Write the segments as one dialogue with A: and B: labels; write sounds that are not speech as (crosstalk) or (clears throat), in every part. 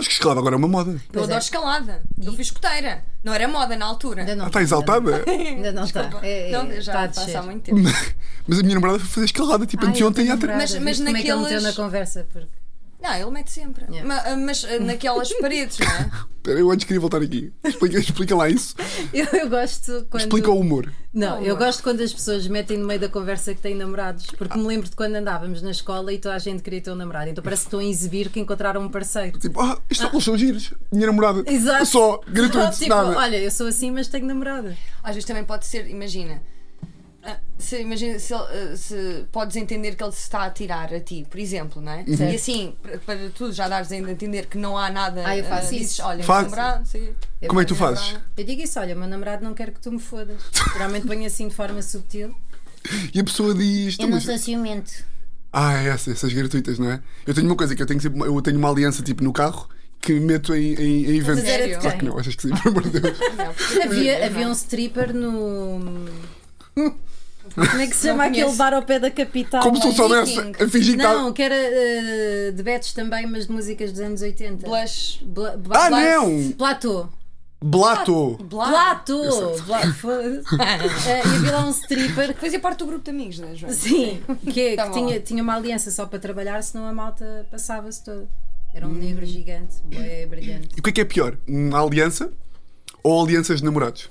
A: Escalada agora é uma moda.
B: Eu adoro
C: é.
B: escalada. Eu fui escoteira. Não era moda na altura.
C: Ainda não
A: Ah, está
C: (laughs)
A: exaltada?
C: Ainda não está.
B: Desculpa.
C: É, é,
B: não, eu já
C: está a
B: faço
C: descer.
B: há muito tempo.
A: Mas a minha namorada foi fazer escalada tipo
C: Ai,
A: anteontem e
C: eu
A: há
C: tô
A: três.
B: Mas- mas
C: lembrada, viste como é que ele meteu
B: naqueles-
C: na conversa? Porque... (laughs)
B: Não, ele mete sempre.
C: Yeah.
B: Ma- Mas, ah,
C: (laughs)
B: naquelas paredes, não é?
A: Espera, eu antes queria voltar aqui. Explica, explica lá isso.
C: Eu, eu gosto quando.
A: Explica o humor.
C: Não, eu gosto quando as pessoas metem no meio da conversa que têm namorados, porque me lembro de quando andávamos na escola e toda a gente queria ter um namorado, então parece que estão a exibir que encontraram um parceiro.
A: Tipo, ah, isto eles são giros. Minha namorada.
C: Exato.
A: Só, gratuito,
C: (laughs) Tipo,
A: nada.
C: olha, eu sou assim, mas tenho namorada.
B: Às vezes também pode ser, imagina. ah, Se, imagina se, ele, ah, se podes entender que ele se está a tirar a ti, por exemplo, não é?
C: Uhum.
B: E assim, para, para tu já dares ainda a entender que não há nada.
C: Ah, eu faço
B: ah, dizes,
C: isso.
B: Olha,
A: Faz-
B: lembrar, sei.
A: Como é que tu fazes?
C: Eu digo isso, olha, meu namorado não quer que tu me fodas. Geralmente ponho assim de forma subtil.
A: E a pessoa diz.
D: Eu
A: "Mas-
D: não sou ciumento.
A: Ah, é essa, essas gratuitas, não é? Eu tenho uma coisa que eu tenho sempre, eu tenho uma aliança tipo no carro que meto em, em, em eventos.
C: era de
A: Claro que
C: quem?
A: não, achas que sim, pelo amor de
C: (laughs)
A: Deus.
B: Não, é
C: Havia, havia um stripper no. Como é que se chama aquele
B: conheço.
C: bar ao pé da capital?
A: Como se eu
B: um
A: soubesse
B: meeting.
A: a fingir que tá
C: Não,
A: está.
C: que era eh, de Betos também, mas de músicas dos anos 80.
B: Blush.
C: Bla,
A: Ah,
C: Bla-
A: não!
C: Platô!
A: Blato!
B: Blá.
C: Platô! Bla- foda-se. Eh, E havia lá um stripper que.
B: Fazia parte do grupo de amigos, não é, Joana?
C: Sim, que,
B: Tá
C: que
B: bom.
C: tinha, tinha uma aliança só para trabalhar, senão a malta passava-se toda. Era um negro gigante, bué brilhante.
A: E o que é que é pior? Uma aliança ou alianças de namorados?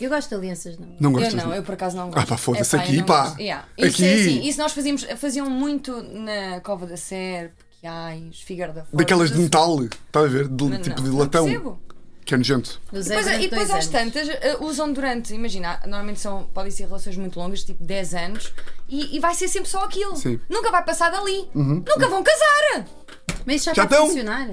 C: Eu gosto de alianças, não.
A: Não
B: Eu
A: gostas?
B: não,
A: de-
B: eu por acaso não gosto.
A: Ah, pá, foda-se
B: É eu
A: aqui,
B: não
A: pá.
B: gosto. Yeah. Isso,
A: Aqui.
B: é assim, isso nós fazíamos, faziam muito na Cova da Serpe, Quiais, Figueira da Foz.
A: Daquelas de
B: Mas-
A: metal, está a ver? De-
B: Mas
A: tipo
B: não,
A: de
B: não
A: latão.
B: percebo.
A: Que é nojento.
C: Nos
B: Depois,
C: durante
B: e depois
C: dois
B: às
C: anos.
B: tantas eh, usam durante, imagina, normalmente são, podem ser relações muito longas, tipo 10 anos, e, e vai ser sempre só aquilo.
A: Sim. Uhum.
B: Nunca vai passar dali. Nunca vão casar!
C: Mas isso já,
A: Já
C: está
A: estão?
C: a funcionar?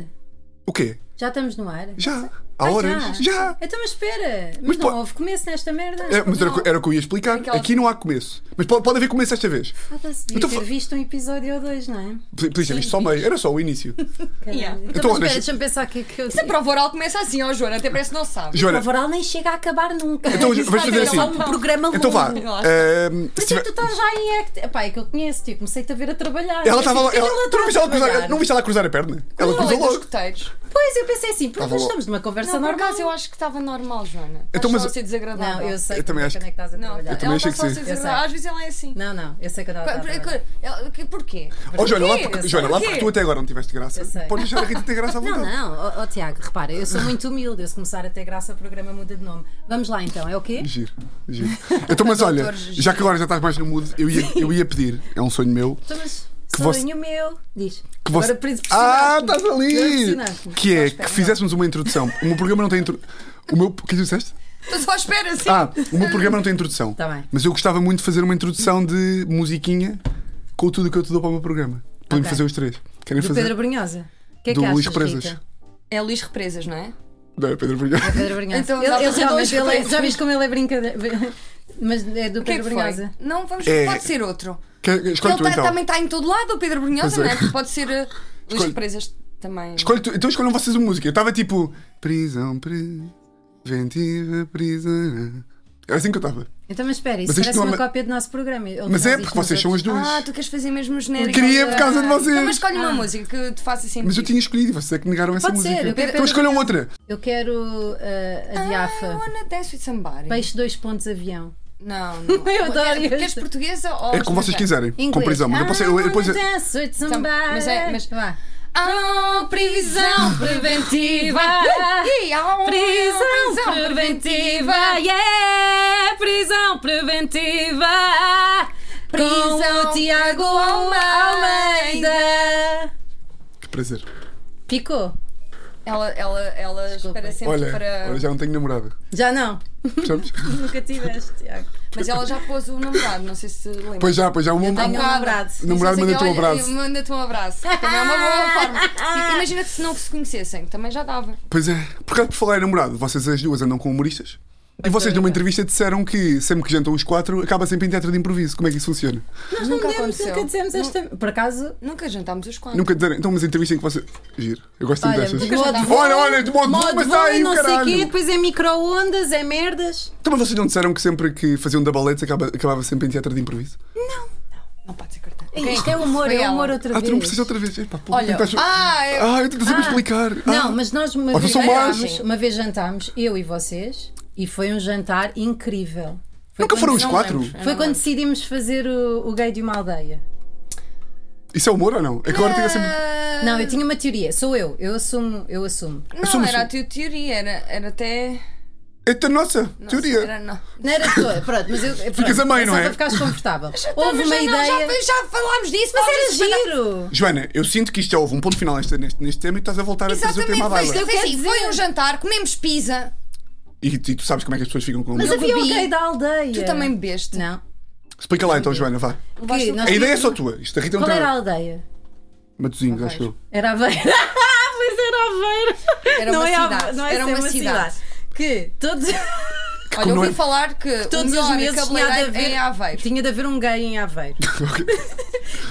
A: O quê?
C: Já estamos no ar?
A: Já. Há
C: Ah,
A: horas. Já.
C: Então, mas espera, mas,
A: Mas
C: não
A: pô-
C: houve começo nesta merda.
A: É, mas era,
B: Não.
A: era o que eu ia explicar.
B: Aquela-
A: Aqui não há começo. Mas pode, pode haver começo esta vez.
C: Foda-se,
A: Eu tô
C: devia ter
A: então fa-
C: visto um episódio ou dois, não é?
A: Podia ter visto só meio. Era só o início.
C: Caralho.
B: Yeah.
A: Então, olha,
C: Então, mas
A: Então,
C: espera,
A: se-
C: deixa-me pensar o que é que eu.
B: A prova oral começa assim, ó Joana, até parece que não sabe.
C: O
A: Joana,
C: Voral nem chega a acabar nunca.
A: Então, vamos fazer
C: Exatamente, é
A: assim.
C: um programa longo.
A: Então vá.
B: Lá
A: ehm, se
C: Mas é
A: tiver-
C: que tu estás já em act. Epá, é que eu conheço, tipo, comecei-te a ver a trabalhar.
A: Ela
C: Eu
A: estava
C: fico,
A: lá. ela-
C: "Ela
A: tu não viste
C: está a
A: ela cruzar,
C: trabalhar."
A: não viste ela cruzar a perna? Ela
B: Não, é
A: cruzou
B: dos
A: logo.
B: escuteiros.
C: Pois, eu pensei assim, pronto,
A: Estava
C: mas
A: lá.
C: estamos numa conversa
B: Não, por
C: normal.
B: acaso eu acho que estava normal, Joana.
A: Então,
B: Então,
A: mas-
B: mas... ser desagradável.
C: Não, eu sei
A: Eu também
C: que também
A: acho
C: acho... é que estás a
B: Não,
C: trabalhar.
B: ela
A: também achei
B: está
A: que
B: só a
A: sim.
B: ser
A: Eu
C: sei.
B: desagradável. Às vezes ela é assim.
C: Não, não, eu sei que eu estava a
B: Por- por-
C: trabalhar.
B: ela- que- Porquê?
A: Oh, Joana, lá
B: Porquê?
A: porque, Joana, lá
B: Porquê?
A: porque tu até agora não tiveste graça.
C: Eu sei.
A: Podes deixar a Rita ter graça à
C: Não,
A: vontade.
C: não, ó ó, Tiago, repara, eu sou muito humilde. Eu, se começar a ter graça, o programa muda de nome. Vamos lá então, é o quê?
A: Giro, giro. Então, mas olha,
B: Doutores,
A: já que agora já estás mais no mood, eu ia, eu ia pedir, é um sonho meu,
C: Então, mas
A: Que
C: sonho
A: você-
C: meu. Diz.
A: que você.
C: Agora,
A: ah,
C: pressionaste-me.
A: estás ali!
C: Pressionaste-me.
A: Que é que fizéssemos uma introdução. O meu programa não tem introdução. O meu. O que tu
C: (laughs)
A: disseste?
B: Estou só à espera, assim.
A: Ah, o meu programa não tem introdução.
C: Tá bem.
A: Mas eu gostava muito de fazer uma introdução de musiquinha com tudo o que eu te dou para o meu programa. Podemos
C: Ok.
A: fazer os três. Querem
C: Do
A: fazer?
C: Pedro Brunhosa. O que é
A: Do
C: que achas,
A: Luís Presas.
C: Rita?
B: É Luís Represas, não é?
A: Não, é Pedro Brunhosa.
C: Pedro Brunhosa.
B: Então, dá
C: ele,
B: para
C: ele
B: ser dois
C: realmente ele é,
B: Presas.
C: já viste como ele é brincadeira. (laughs) Mas é do
B: O que é que
C: Pedro Brunhosa.
B: foi? Não, vamos,
A: É-
B: pode ser outro.
A: (laughs) Quer- Escolhe
B: ele
A: tu
B: tá-
A: então.
B: também está em todo lado, o Pedro Brunhosa,
A: Pois é.
B: não é? Porque Pode ser uh, Luís
A: Escolhe-
B: Represas também.
A: Escolhe tu- Então escolham vocês uma música. Eu estava tipo. Prisão, preventiva, prisão. Era assim que eu estava.
C: Então, mas espera, isso
A: Mas isto
C: parece
A: não é
C: uma
A: uma-
C: cópia do nosso programa. Ele
A: Mas é
C: faz isto
A: porque
C: nos
A: vocês são as
C: outros.
A: duas.
B: Ah, tu queres fazer mesmo o genérico?
A: Queria por causa de vocês.
B: Então, mas escolhe uma
C: Ah.
B: música que te faça tipo, sentido.
A: Mas eu tinha escolhido e vocês é que negaram essa
C: Pode ser,
A: música.
C: eu quero
A: então
C: Pedro
A: escolham outra.
C: Eu quero eh, a
B: "Ah, I
C: Diafa.
B: wanna dance with somebody.
C: Peixe dois pontos avião.
A: (laughs)
B: Não, não.
C: Eu adoro
B: Queres- Queres
C: esta.
B: portuguesa ou.
A: É como vocês quiserem. Com
C: Inglês. Ah, é.
A: prisão. Mas eu posso. Eu, é- eu, depois-
C: I wanna dance with somebody.
B: mas é- mas-
C: Vá.
B: Ah, previsão (laughs) preventiva. Ih, ah,
C: Prisão, preventiva, yeah! Prisão preventiva! com
B: Prisão
C: o Tiago
B: Almeida.
C: Almeida!
A: Que prazer.
C: Picou?
B: Ela, ela, ela espera sempre
A: Olha,
B: para.
A: olha, já não tenho namorada.
C: Já não? (laughs)
A: Percebes?
C: Nunca tiveste, Tiago.
B: Mas ela já pôs o namorado, não sei se lembra.
A: Pois já, pois já. Uma,
C: tenho
A: uma,
C: um namorado.
A: Namorado
B: Diz assim,
A: manda-te um
B: olha,
A: abraço.
B: Manda-te um abraço. Também é uma
C: (laughs)
B: boa forma. Tipo, Imagina-te se não se conhecessem, também já dava.
A: Pois é, por causa de falar em namorado, vocês as duas andam com humoristas e vocês numa entrevista disseram que sempre que jantam os quatro acaba sempre em teatro de improviso. Como é que isso funciona?
C: Nós
B: Nunca
C: não demos,
B: aconteceu.
C: nunca dissemos esta. Por acaso.
B: Nunca jantámos os quatro.
A: Nunca disseram. Então, mas a entrevista em que vocês. Giro, eu gosto muito
C: Olha,
A: dessas.
C: de modo voo,
A: Olha, olha, de modo, de voo, mas está
C: voo e
A: aí o
C: não sei o quê,
A: caralho.
C: depois é micro-ondas, é merdas.
A: Então, mas vocês não disseram que sempre que faziam da acaba, acabava sempre em teatro de improviso?
C: Não.
B: Não pode ser cartão.
C: Ei, Isto é humor,
B: Foi
C: é
B: ela.
C: humor outra
A: Ah,
C: vez.
A: tu não precisas outra vez. Epá, pô,
B: Olha,
A: tentas-
B: ah, é-
A: Ah, eu tento sempre explicar.
C: Não,
A: Ah.
C: mas nós uma
A: Olha,
C: vez,
A: são mais.
C: jantámos, uma vez jantámos, eu e vocês, e foi um jantar incrível. Foi
A: Nunca
C: quando-
A: foram os
B: não
A: quatro?
B: lembro.
C: Foi
B: não
C: quando
B: lembro.
C: decidimos fazer o, o gay de uma aldeia.
A: Isso é humor ou não? É que agora tinha sempre.
B: Ah,
C: Não, eu tinha uma teoria. Sou eu, eu assumo, eu assumo.
B: Não,
A: Assume,
B: era a
A: assume.
B: tua teoria, era, era até.
A: É a nossa
B: Não,
A: teoria.
B: Era, não.
C: Não era
A: (laughs)
C: toda, pronto, mas eu. Pronto,
A: Ficas a meio,
C: só
A: não é? tá,
C: para
A: (laughs)
C: ficares confortável. Houve
B: Mas
C: uma
B: já não,
C: ideia.
B: Já, já falámos disso, falámos
C: Mas
B: disso,
C: era giro!
A: Joana, eu sinto que isto já houve um ponto final neste, neste, neste tema e estás a voltar a trazer o
B: Exatamente,
A: tema à
B: foi
A: baila.
B: isto.
C: Eu
B: Foi,
C: quero
B: assim, foi
C: dizer.
B: um jantar, comemos pizza.
A: E, e tu sabes como é que as pessoas ficam com o
C: Mas
B: Eu
C: havia um
B: bebi.
C: gay da aldeia.
B: Tu também bebeste.
C: Não.
A: Explica lá então, Joana, vá.
C: Que nós
A: A ideia é então.
C: tínhamos-
A: só tua. Isto a Rita não
C: Qual
A: tem.
C: era a aldeia?
A: Matozinhos, acho eu.
C: Era (laughs) Aveiro. Ah, pois era Aveiro.
B: Era
C: não
B: uma
C: é Aveiro,
B: cidade,
C: Não é
B: era
C: ser
B: uma cidade.
C: Que todos,
B: Olha, eu
A: não
B: ouvi
A: é-
B: falar que
C: todos
B: o melhor
C: os meses tinha de
B: cabeleireiro
C: haver.
B: é Aveiro.
C: Tinha de haver um gay em
A: (laughs)
C: Aveiro. (laughs)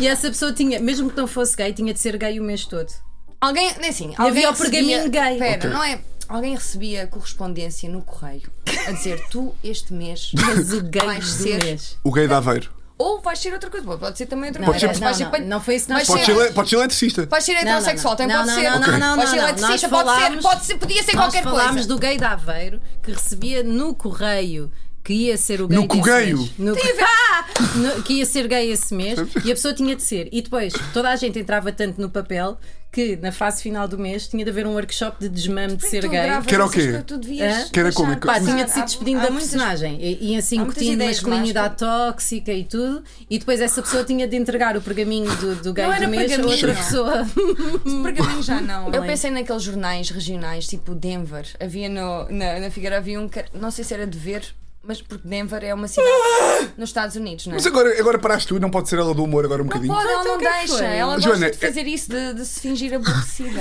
C: e essa pessoa tinha, mesmo que não fosse gay, tinha de ser gay o mês todo.
B: Alguém, é assim, alguém
C: havia o
B: recebia-
C: pergaminho gay.
B: Espera,
A: Ok.
B: não é? Alguém recebia correspondência no correio a dizer tu este mês
C: Mas o gay
B: Vais
C: do
B: ser-
C: mês.
A: O gay de Aveiro.
B: ou vais ser outra coisa. Bom, Pode ser também outra
C: Não,
B: coisa.
A: era-
B: Mas
C: não,
B: vais ser
C: não,
B: pan-
C: não foi isso que nós
B: vais
A: Pode
B: ser-
A: ser, le- pode ser eletricista.
B: Vais ser
C: não,
B: heterossexual,
C: não,
B: também
C: não,
B: pode
C: não,
B: ser.
C: não, não, não,
B: Vais ser
C: não,
B: eletricista,
C: nós
B: pode ser,
C: falámos-
B: pode ser, podia ser
C: Nós
B: qualquer
C: falámos
B: coisa.
C: do gay de Aveiro que recebia no correio que ia ser o gay
A: No
C: desse
A: correio?
C: mês. No
B: Tem a ver-
C: (laughs) no- que ia ser gay esse mês e a pessoa tinha de ser. E depois toda a gente entrava tanto no papel que na fase final do mês tinha de haver um workshop de desmame de ser
B: Tu
C: gay.
B: gravas
A: Que era o
B: essas
A: quê?
B: coisas, tu devias
C: Hã?
A: Que era
B: deixar
A: como?
C: Pá,
A: Sim.
C: tinha de
B: passar.
C: se
B: Há-
C: despedindo
B: há
C: da
B: muitas-
C: personagem e, e assim
B: há muitas
C: curtindo
B: ideias de
C: masculinidade tóxica e tudo. E depois essa pessoa tinha de entregar o pergaminho do, do gay
B: Não era
C: do mês a
B: pergaminho,
C: outra
B: não.
C: pessoa. (laughs)
B: Pergaminho já não. Hum. Eu
C: Bem.
B: pensei naqueles jornais regionais, tipo Denver. Havia no, na, na Figueira, havia um. que- Não sei se era de ver, mas porque Denver é uma cidade nos Estados Unidos, não é?
A: Mas agora, agora paraste tu, não pode ser ela do humor agora um
B: Não
A: bocadinho.
B: pode, ela
C: Então,
B: não
C: o que é que
B: deixa.
C: foi?
B: Ela
A: Joana,
B: gosta de fazer isso, de, de se fingir aborrecida.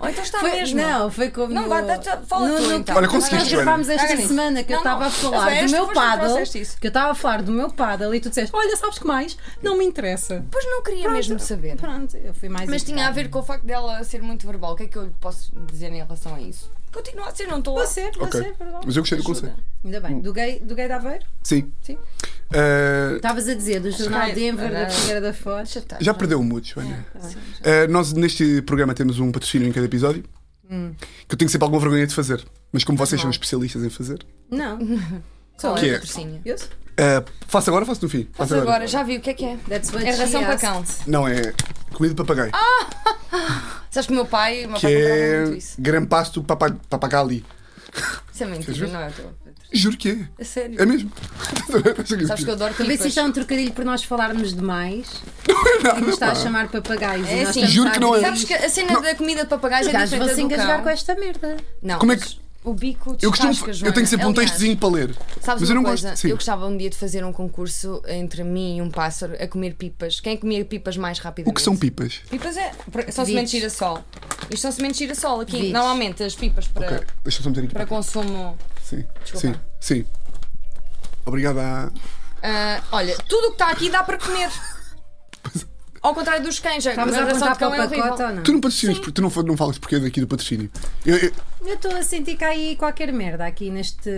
B: Ou então está
C: Foi-
B: mesmo.
C: Não, foi como.
B: Não, vá, tá- tá- fala tu, então.
A: Olha, conseguiste,
C: Nós
A: Joana.
C: gravámos esta
B: Caga nisso.
C: semana que eu
B: Não, não.
C: estava a
B: Mas
C: falar
B: é,
C: do
B: esta
C: meu
B: vez não
C: paddle.
B: trouxeste isso.
C: Que eu estava a falar do meu paddle e tu disseste: Olha, sabes que mais? Não me interessa.
B: Pois não queria mesmo saber.
C: Pronto, eu fui mais.
B: Mas tinha a
C: educada.
B: ver com o facto dela ser muito verbal. O que é que eu lhe posso dizer em relação a isso? Continua a ser, não estou lá.
C: Você, você,
A: Ok.
C: perdão.
A: Mas eu gostei do
B: Ajuda.
A: conceito.
C: Ainda bem. Do gay, do gay de Aveiro?
A: Sim.
B: Sim.
A: Ah,
C: Estavas a dizer, do jornal
B: que-
C: Denver, da
B: Ah.
C: Figueira da Foz.
B: Já está.
A: já perdeu o mood, Joana. Ah, nós neste programa temos um patrocínio em cada episódio que eu tenho sempre alguma vergonha de fazer. Mas como vocês são especialistas em fazer,
C: Não.
B: Qual
A: Que
B: é
A: é?
B: o patrocínio?
C: Eu?
A: ah, faço agora ou faço no fim?
B: Mas
A: Faço
B: agora, já vi o que é que é.
C: That's what
B: É ração
C: she
B: para
C: asked.
B: cão.
A: Não, é comida de papagaio.
B: Sabes que o meu pai, o meu
A: que
B: pai comprava
A: é
B: Ah, muito isso.
A: grampasto papa- papagali.
B: Isso é mentira,
A: Queres ver?
B: não é o teu.
A: Juro que é.
B: A sério.
A: É mesmo.
B: Sabes que
A: (laughs)
B: eu adoro
C: Para ver se isto é
B: pipas.
C: um trocadilho por nós falarmos demais.
A: é
C: E nos está a chamar papagaios.
B: É
C: e nós
B: assim.
C: estamos
A: Juro
C: a
A: que não é.
C: dizer-
B: Sabes que a cena da comida de papagaios
C: Os
B: é
C: gajos
B: diferente
C: vão
B: da
C: se
B: do
C: engasgar
B: cão.
C: com esta merda.
B: Não,
A: Como é que-
B: mas o bico
A: Eu costumo.
B: descasca,
A: Eu tenho sempre um
B: É Aliás,
A: textozinho para ler.
B: Sabes
A: mas
B: uma
A: eu não
B: coisa?
A: gosto. Sim.
B: Eu gostava um dia de fazer um concurso entre mim e um pássaro a comer pipas. Quem comia pipas mais
A: O
B: rapidamente?
A: que são pipas?
B: Pipas é, são sementes de
C: Vides.
B: girassol. Isto são sementes de girassol aqui.
C: Vides.
B: Normalmente as pipas para,
A: Ok, deixa-me só meter aqui.
B: para consumo.
A: Sim. Sim.
B: Desculpa.
A: Sim. Obrigada à.
B: Ah, olha, tudo o que está aqui dá para comer. Ao contrário dos cães, a
C: Estamos a
B: ração
C: apontar
B: de
C: para
B: cão
C: o
B: é horrível.
C: pacote ou não?
A: Tu não patrocinas, porque tu não, fa- não falas porque é daqui do patrocínio. Eu- eu-
C: Eu estou a sentir que há aí qualquer merda aqui neste.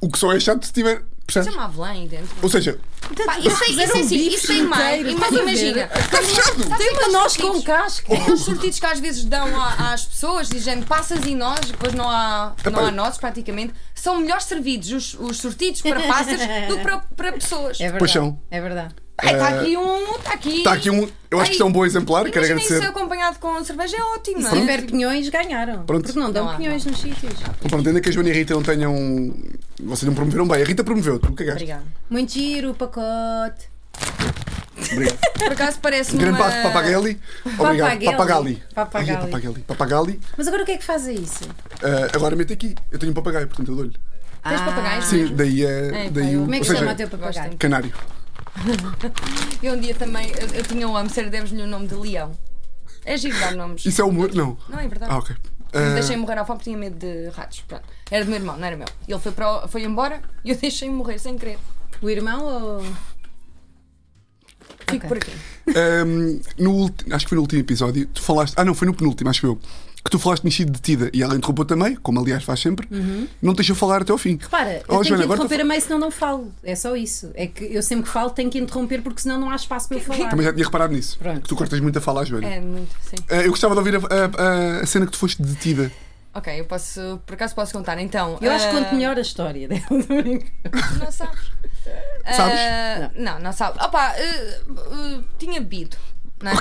A: o que só é chato se tiver.
B: Isso é
A: Percebes?
B: uma avelã aí dentro.
A: Ou seja, tá
B: Pá, isso é, isso é,
C: um
B: sim,
C: bife
B: isso é mais.
C: inteiro,
B: Mas tá
C: estás a
B: imagina,
C: ver?
A: está fechado!
C: Tem uma nós com casca.
B: aqueles sortidos que às vezes dão a- às pessoas, dizendo passas e nós, depois não há, não há nós praticamente, são melhor servidos os, os sortidos para (laughs) passas do que para, para pessoas.
C: É verdade.
A: Pois são.
C: É verdade.
B: Ai, Está aqui um, está aqui.
A: Eh, Está aqui um. Eu acho que isto é um bom exemplar, quero
B: Imagina isso
A: agradecer.
B: acompanhado com cerveja, é ótimo.
C: Se
B: não é?
C: tiver pinhões, ganharam.
A: Pronto.
C: Porque não dão
B: Não há,
C: pinhões nos sítios.
A: Pronto, ainda que a Joana e a Rita não tenham. Vocês não promoveram bem. A Rita promoveu, tu cagaste.
B: Obrigada.
C: Muito giro o pacote. (laughs)
A: Obrigado.
B: Por acaso parece uma...
A: Gran
C: é
A: Pato Papagali. Obrigado. Papagali.
C: Papagali.
A: Ai, é Papagali. Papagali.
C: Mas agora o que é que faz a isso?
A: Ah, agora mete aqui. Eu tenho um papagaio, portanto eu dou-lhe.
C: Ah.
B: Tens papagaios?
A: Sim, daí é.
B: É,
A: daí
B: pá, eu-
A: o-
C: Como é que
A: ou
C: se
A: seja,
C: chama o teu papagaio?
B: gosto.
A: Canário.
B: Eu um dia também, eu, eu tinha um hamster, demos-lhe o nome de leão. É giro dar nomes.
A: Isso é humor? Não.
B: Não, é verdade.
A: Ah, ok.
B: Eu
A: Ah,
B: deixei morrer à fome, tinha medo de ratos. Pronto. Era do meu irmão, não era meu. Ele foi, para o- foi embora (laughs) e eu deixei morrer sem querer.
C: O irmão ou.
B: Fico por aqui.
A: ahm, no ulti- Acho que foi no último episódio. Tu falaste. Ah, não, foi no penúltimo, acho eu. que tu falaste mexido detida e ela interrompeu também, como aliás faz sempre,
C: Uhum.
A: não te deixou falar até ao fim.
C: Repara,
A: Oh,
C: eu
A: Joana,
C: tenho que
A: agora
C: interromper a meio, senão não falo. É só isso. É que eu sempre que falo tenho que interromper porque senão não há espaço para eu falar.
A: Também já tinha reparado nisso.
C: Pronto.
A: Que tu cortas muito a falar, Joana.
B: É muito, sim.
A: Eh, eu gostava de ouvir a, a- a cena que tu foste detida.
B: Ok, eu posso. Por acaso posso contar então?
C: Eu acho que
B: ah,
C: conto melhor a história dela. Tô brincando.
B: Não sabes? Ah,
A: Sabes?
B: não, não sabe. Opa, ah, ah, tinha bebido. Não é?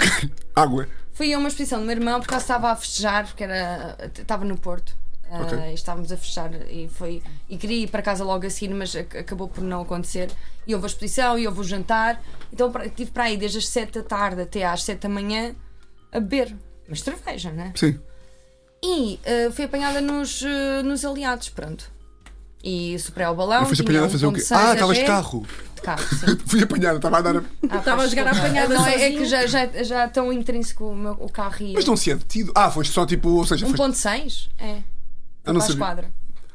A: Água.
B: Fui a uma exposição do meu irmão porque ele estava a festejar, porque era, estava no Porto. ah,
A: Ok.
B: e estávamos a festejar e foi e queria ir para casa logo a seguir, mas ac- acabou por não acontecer. E houve a exposição, e houve o jantar. Então pra- tive para aí desde as 7 da tarde até às 7 da manhã a beber. Mas cerveja, né?
A: Sim.
B: E ah, fui apanhada nos, ah, nos aliados, pronto. E superei o balão.
A: Eu foste
B: tinha
A: apanhada a fazer o quê?
B: 1.6
A: Ah,
B: a
A: estavas de
B: G.
A: carro. (laughs)
B: De carro,
C: (laughs)
B: sim.
A: Fui apanhada, estava a andar. a-
B: Ah,
C: Estava a
B: pois,
C: jogar a
B: desculpa.
C: apanhada
B: Não, é, é
C: sozinha.
B: que já, já, já é tão intrínseco o, meu, o carro e
A: Mas
B: eu.
A: não se é detido. Ah, foste só tipo, ou seja, foste.
B: 1.6? É.
A: Ah, não
B: Fui Um para a
A: sabia.
B: esquadra.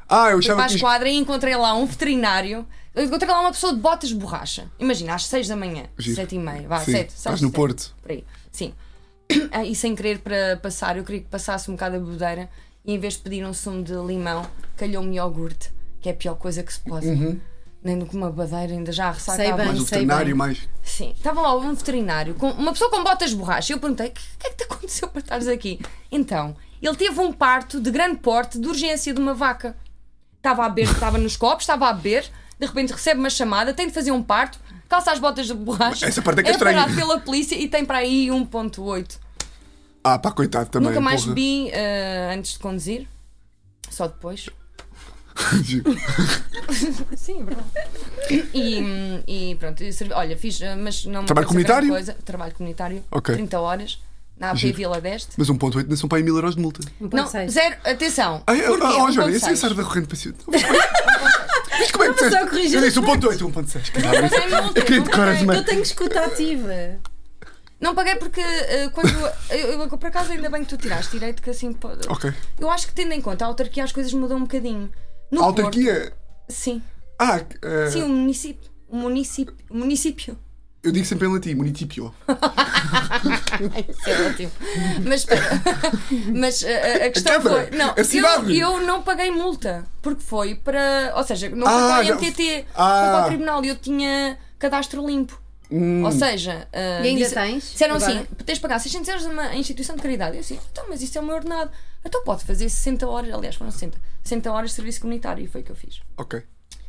A: Ah, eu
B: Fui para
A: estava
B: a esquadra e encontrei lá um veterinário. Eu encontrei lá uma pessoa de botas de borracha. Imagina, às 6 da manhã,
A: Giro.
B: 7 e meia, vá,
A: Sim,
B: 7.
A: estás no Porto.
B: Por aí. Sim. (clears throat) Ah, E sem querer para passar, eu queria que passasse um bocado a bebedeira e em vez de pedir um sumo de limão, calhou-me iogurte, que é a pior coisa que se pode.
A: Uhum.
B: Nem do que uma badeira, ainda já a ressaca
C: Sei
B: à
C: bem.
A: mais o
C: sei
A: veterinário,
C: bem.
A: mais.
B: Sim, estava lá um veterinário, com uma pessoa com botas de borracha. Eu perguntei: o que que é que te (laughs) aconteceu para estares aqui? Então, ele teve um parto de grande porte, de urgência de uma vaca. Estava a beber, estava nos copos, estava a beber, de repente recebe uma chamada, tem de fazer um parto, calça as botas de borracha.
A: Essa parte é que é estranha.
B: parado pela polícia e tem para aí 1,8.
A: Ah, pá, coitado também.
B: Nunca
A: (laughs)
B: mais
A: porra.
B: bebi eh, antes de conduzir, só depois. Sim, é verdade. E, hum, e pronto, eu servi- olha, fiz, ah, mas não
A: Trabalho
B: me aconteceu grande
A: comunitário?
B: Coisa. Trabalho comunitário,
A: Ok.
B: 30 horas, na AP
A: Giro.
B: Vila Deste.
A: Mas 1.8 não são para aí mil euros de multa.
B: Não,
C: 1.6.
B: zero, atenção.
A: Ah, eu-
B: Porquê?
A: ah, ó, Joana, isso é
B: 1.6.
A: sarda corrente para cima.
B: (laughs)
A: Mas como é que
C: só
A: disseste?
C: corrigir
A: Eu
C: as
A: disse 1.8, 1.6. caralho.
B: Mas é multa,
A: Eu queria
B: não
A: decorar as
B: paguei.
A: mães.
C: Eu tenho escuta ativa.
B: Não paguei porque ah, quando. Eu, eu- por acaso, ainda bem que tu tiraste direito, que assim. pode-
A: Ok.
B: Eu acho que tendo em conta a autarquia, as coisas mudam um bocadinho. No
A: Autarquia.
B: Porto, sim.
A: Ah, eh,
B: Sim, o município. O município. O município. (laughs)
A: eu digo sempre em latim, municipio.
B: Isso é ótimo. Mas, espera. (laughs) mas eh, a, a- a questão
A: Câmara,
B: foi. Não,
A: a cidade.
B: eu, eu não paguei multa. Porque foi para. Ou seja, não foi
A: Ah,
B: para
A: já-
B: a MTT.
A: Ah.
B: Foi para o tribunal e eu tinha cadastro limpo.
A: Hum.
B: Ou seja, ah,
C: E ainda
B: disse-
C: tens?
B: Disseram
C: Agora?
B: assim: tens de pagar 600 euros a uma instituição de caridade. Eu assim, então, mas isso é o meu ordenado. Então pode fazer 60 horas. Aliás, foram 60. 60 horas de serviço comunitário. E foi o que eu fiz.
A: Ok.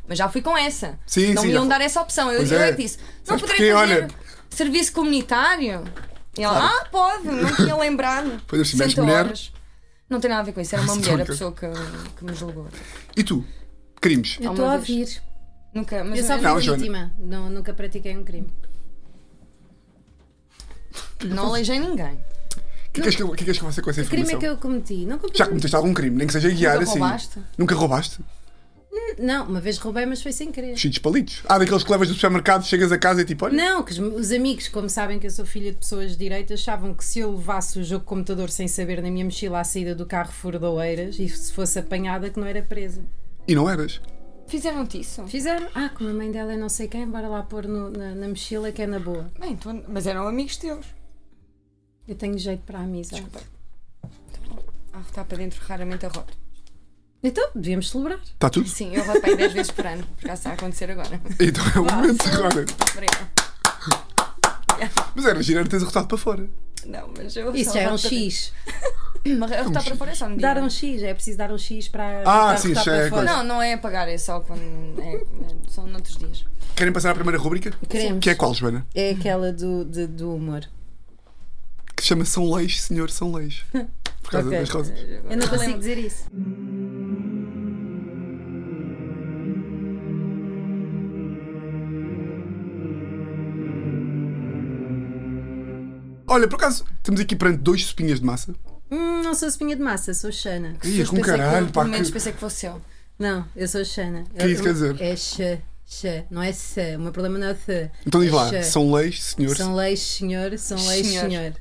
B: Mas já fui com essa.
A: Sim,
B: não
A: sim,
B: me
A: já
B: iam
A: foi.
B: dar essa opção. Eu,
A: Pois
B: eu
A: é.
B: é que disse: não
A: Sabes
B: poderei
A: porquê?
B: fazer
A: Olha-
B: serviço comunitário? E ela, ah, pode, não tinha lembrado.
A: (laughs) Pois eu, se tivesse
B: 60
A: mulher-
B: horas. Não tem nada a ver com isso, era
A: (laughs)
B: uma
A: Sim,
B: mulher a
A: ok.
B: pessoa que, que me julgou.
A: E tu? Crimes?
C: Eu
B: Alguma
C: estou a
B: vez?
C: ouvir.
B: Nunca, mas é
C: Eu só fui
A: Não, Joana.
C: vítima. Não, nunca pratiquei um crime.
B: não aleijei ninguém.
A: O que, queres que eu- o que queres que eu faça com essa
C: Que crime
A: informação?
C: é que eu cometi? Não cometi.
A: Já cometeste algum crime, nem que seja guiar assim.
B: roubaste?
A: Nunca roubaste?
C: Não, uma vez roubei, mas foi sem querer.
A: Cheio de palitos. Ah, daqueles que levas do supermercado, chegas a casa e tipo, olha.
C: Não, que os, os amigos, como sabem que eu sou filha de pessoas de direita, achavam que se eu levasse o jogo de computador sem saber na minha mochila à saída do carro fora de Oeiras e se fosse apanhada que não era presa.
A: E não eras.
B: Fizeram-te isso?
C: Fizeram, ah, como a mãe dela é não sei quem, bora lá pôr no- na, na mochila que é na boa.
B: Bem, tu- mas eram amigos teus.
C: Eu tenho jeito para a
B: Tá
C: amizade.
B: A rotar tá para dentro raramente a roto.
C: Então, devíamos celebrar.
A: Está Tá tudo?
B: Sim, eu rotei 10 vezes por ano, por acaso está a acontecer agora.
A: Então é o momento agora.
B: Obrigada.
A: Mas era girar teres arrotado para fora.
B: (laughs) Não, mas eu.
C: Isso
B: só
C: já é um
B: roto-
C: X.
B: Mas a rotar para fora é só no dia.
C: Dar um X, é preciso dar um X para.
A: Ah,
C: para
A: sim,
C: botar
A: já
C: para
A: é
C: fora.
A: coisa.
B: Não, não é apagar, é só quando. É, é- são noutros dias.
A: Querem passar à primeira rúbrica?
C: Queremos.
A: Que é qual, Joana?
C: É aquela do, de- do humor.
A: Que se chama São Leis, Senhor São Leis. Por causa
C: Ok.
A: das rosas.
C: Eu não consigo
B: lembro.
C: dizer isso.
A: Olha, por acaso, temos aqui perante dois sopinhas de massa.
C: Hum, não sou espinha de massa, sou Xana.
A: Ih,
B: Mas
A: É com
B: pensei
A: caralho,
B: que,
A: pá.
B: Pelo menos
A: que-
B: pensei que fosse eu.
C: Não, eu sou Xana. Que
A: isso quer dizer?
C: É X, X, não é S. O meu problema não é S.
A: Então diz lá,
C: Xa.
A: São Leis, Senhor.
C: São leis, senhor, são leis,
B: Senhor.
C: senhor.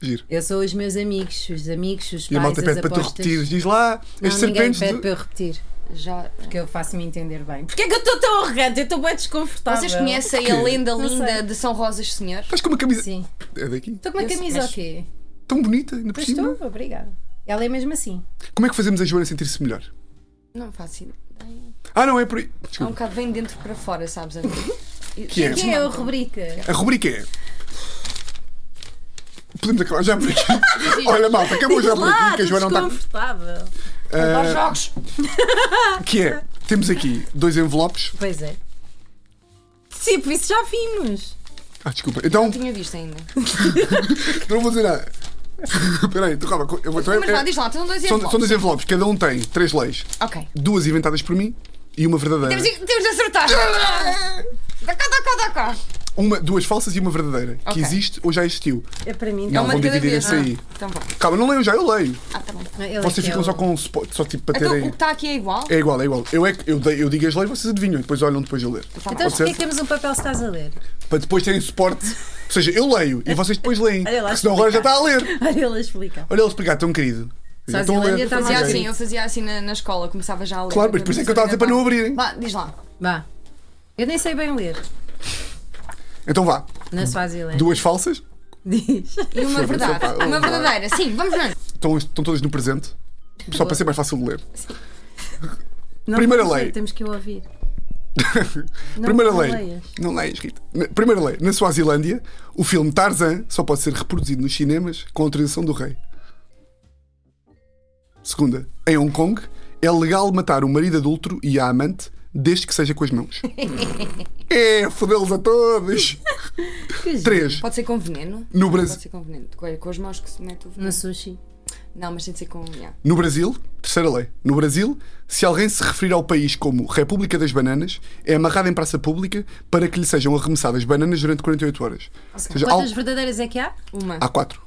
A: Giro.
C: Eu sou os meus amigos, os amigos,
A: E
C: os
A: a
C: pais,
A: malta
C: as
A: pede para tu
C: apostas.
A: repetires. Diz lá,
C: não,
A: as
C: ninguém
A: serpentes.
C: pede
A: do-
C: para eu repetir,
B: Já.
C: porque eu faço-me entender (laughs) bem. Porquê é que eu estou tão arrogante? Eu estou bem desconfortável.
B: Vocês conhecem a
A: Porquê?
B: lenda
C: Não
B: linda
C: sei.
B: de São Rosas Senhor?
A: Estás com uma camisa.
C: Sim.
A: É daqui?
C: Estou com uma
B: Eu sei,
C: camisa
B: mas-
C: ok.
A: Tão bonita, ainda por
C: Pois
A: cima.
C: estou, obrigada. Ela é mesmo assim.
A: Como é que fazemos a Joana sentir-se melhor?
B: Não faço ideia.
A: Ah, não, é por aí.
B: É um
A: Desculpa.
B: bocado vem dentro para fora, sabes?
A: (laughs)
B: Ana?
A: Que é?
C: Que é a rubrica?
A: A rubrica é. Podemos acabar já por aqui. Olha, malta, acabou já por aqui,
C: Lá,
A: que é, a Joana não tá está.
C: desconfortável.
B: Adoro jogos.
A: Que é? Temos aqui dois envelopes.
C: Pois é. Tipo, isso já vimos.
A: Ah, desculpa. Então,
B: Não tinha visto ainda.
A: não vou dizer nada. (laughs) Espera aí, então calma. Eu vou, então é-
B: Mas lá, diz lá, são dois
A: são, são
B: envelopes.
A: dois envelopes, cada um tem três leis.
B: Ok.
A: Duas inventadas por mim e uma verdadeira.
B: Temos, temos de
C: (laughs)
B: acertar. Dá cá, dá cá, dá cá.
A: Uma, duas falsas e uma verdadeira. Que
B: Ok.
A: existe ou já existiu.
C: É para mim.
A: Não,
B: uma
A: vão
B: de cada
A: dividir
B: vez.
A: essa aí.
B: Então vá.
A: Calma, não leiam já, eu leio.
B: Ah, tá bom.
C: Ele é que
A: Vocês
C: é
A: ficam
C: o-
A: só com um spot, só tipo para
B: Então o
A: terem.
B: que está aqui é igual?
A: É igual, é igual. Eu, é, que- eu, dei- eu digo as leis, vocês adivinham, e depois olham depois a ler.
C: Então
A: Pode ser?
C: porquê que temos um papel se estás a ler? (laughs)
A: Para depois terem suporte. Ou seja, eu leio e vocês depois leem.
C: Olha lá,
A: Porque senão agora já
C: explica.
A: está a ler.
C: Olha, ele a explicar.
A: Olha eles pegar, tão querido.
C: Só
A: Já estão a
C: Zilândia
A: ler.
C: está
B: Fazia
C: mais
B: assim,
C: gente.
B: eu fazia assim na, na escola, começava já a ler.
A: Claro, mas por isso é que eu estava a dizer para não abrirem.
B: Vá, diz lá.
C: Vá. Eu nem sei bem ler
A: Então vá,
C: na Swaziland.
A: duas falsas.
C: Diz.
B: E
A: Foda-se,
B: uma verdade.
A: opa,
B: Uma
A: opa.
B: verdadeira. Sim, vamos lá.
A: Estão, estão todas no presente. Só para ser mais fácil de ler.
C: Não
A: Primeira
C: vamos
A: lei.
C: ler, Temos que o ouvir.
A: (laughs)
C: Não,
A: Primeira
C: não
A: lei.
C: leias.
A: Não leias, Rita. Na- Primeira lei. Na Suazilândia, o filme Tarzan só pode ser reproduzido nos cinemas com autorização do rei. Segunda. Em Hong Kong, é legal matar o marido adulto e a amante desde que seja com as mãos.
C: (laughs)
A: é, fodê-los a todos.
C: Que giro.
A: Três.
B: Pode ser com veneno?
A: No
B: Pode
A: Brasil.
B: ser com veneno. Com, com as mãos que se mete o veneno.
C: No sushi.
B: Não, mas tem de ser com. yeah.
A: No Brasil, terceira lei. No Brasil, se alguém se referir ao país como República das Bananas, é amarrado em praça pública para que lhe sejam arremessadas bananas durante 48 horas. Ou seja, há-
C: Quantas verdadeiras é que há?
B: Uma.
A: há quatro.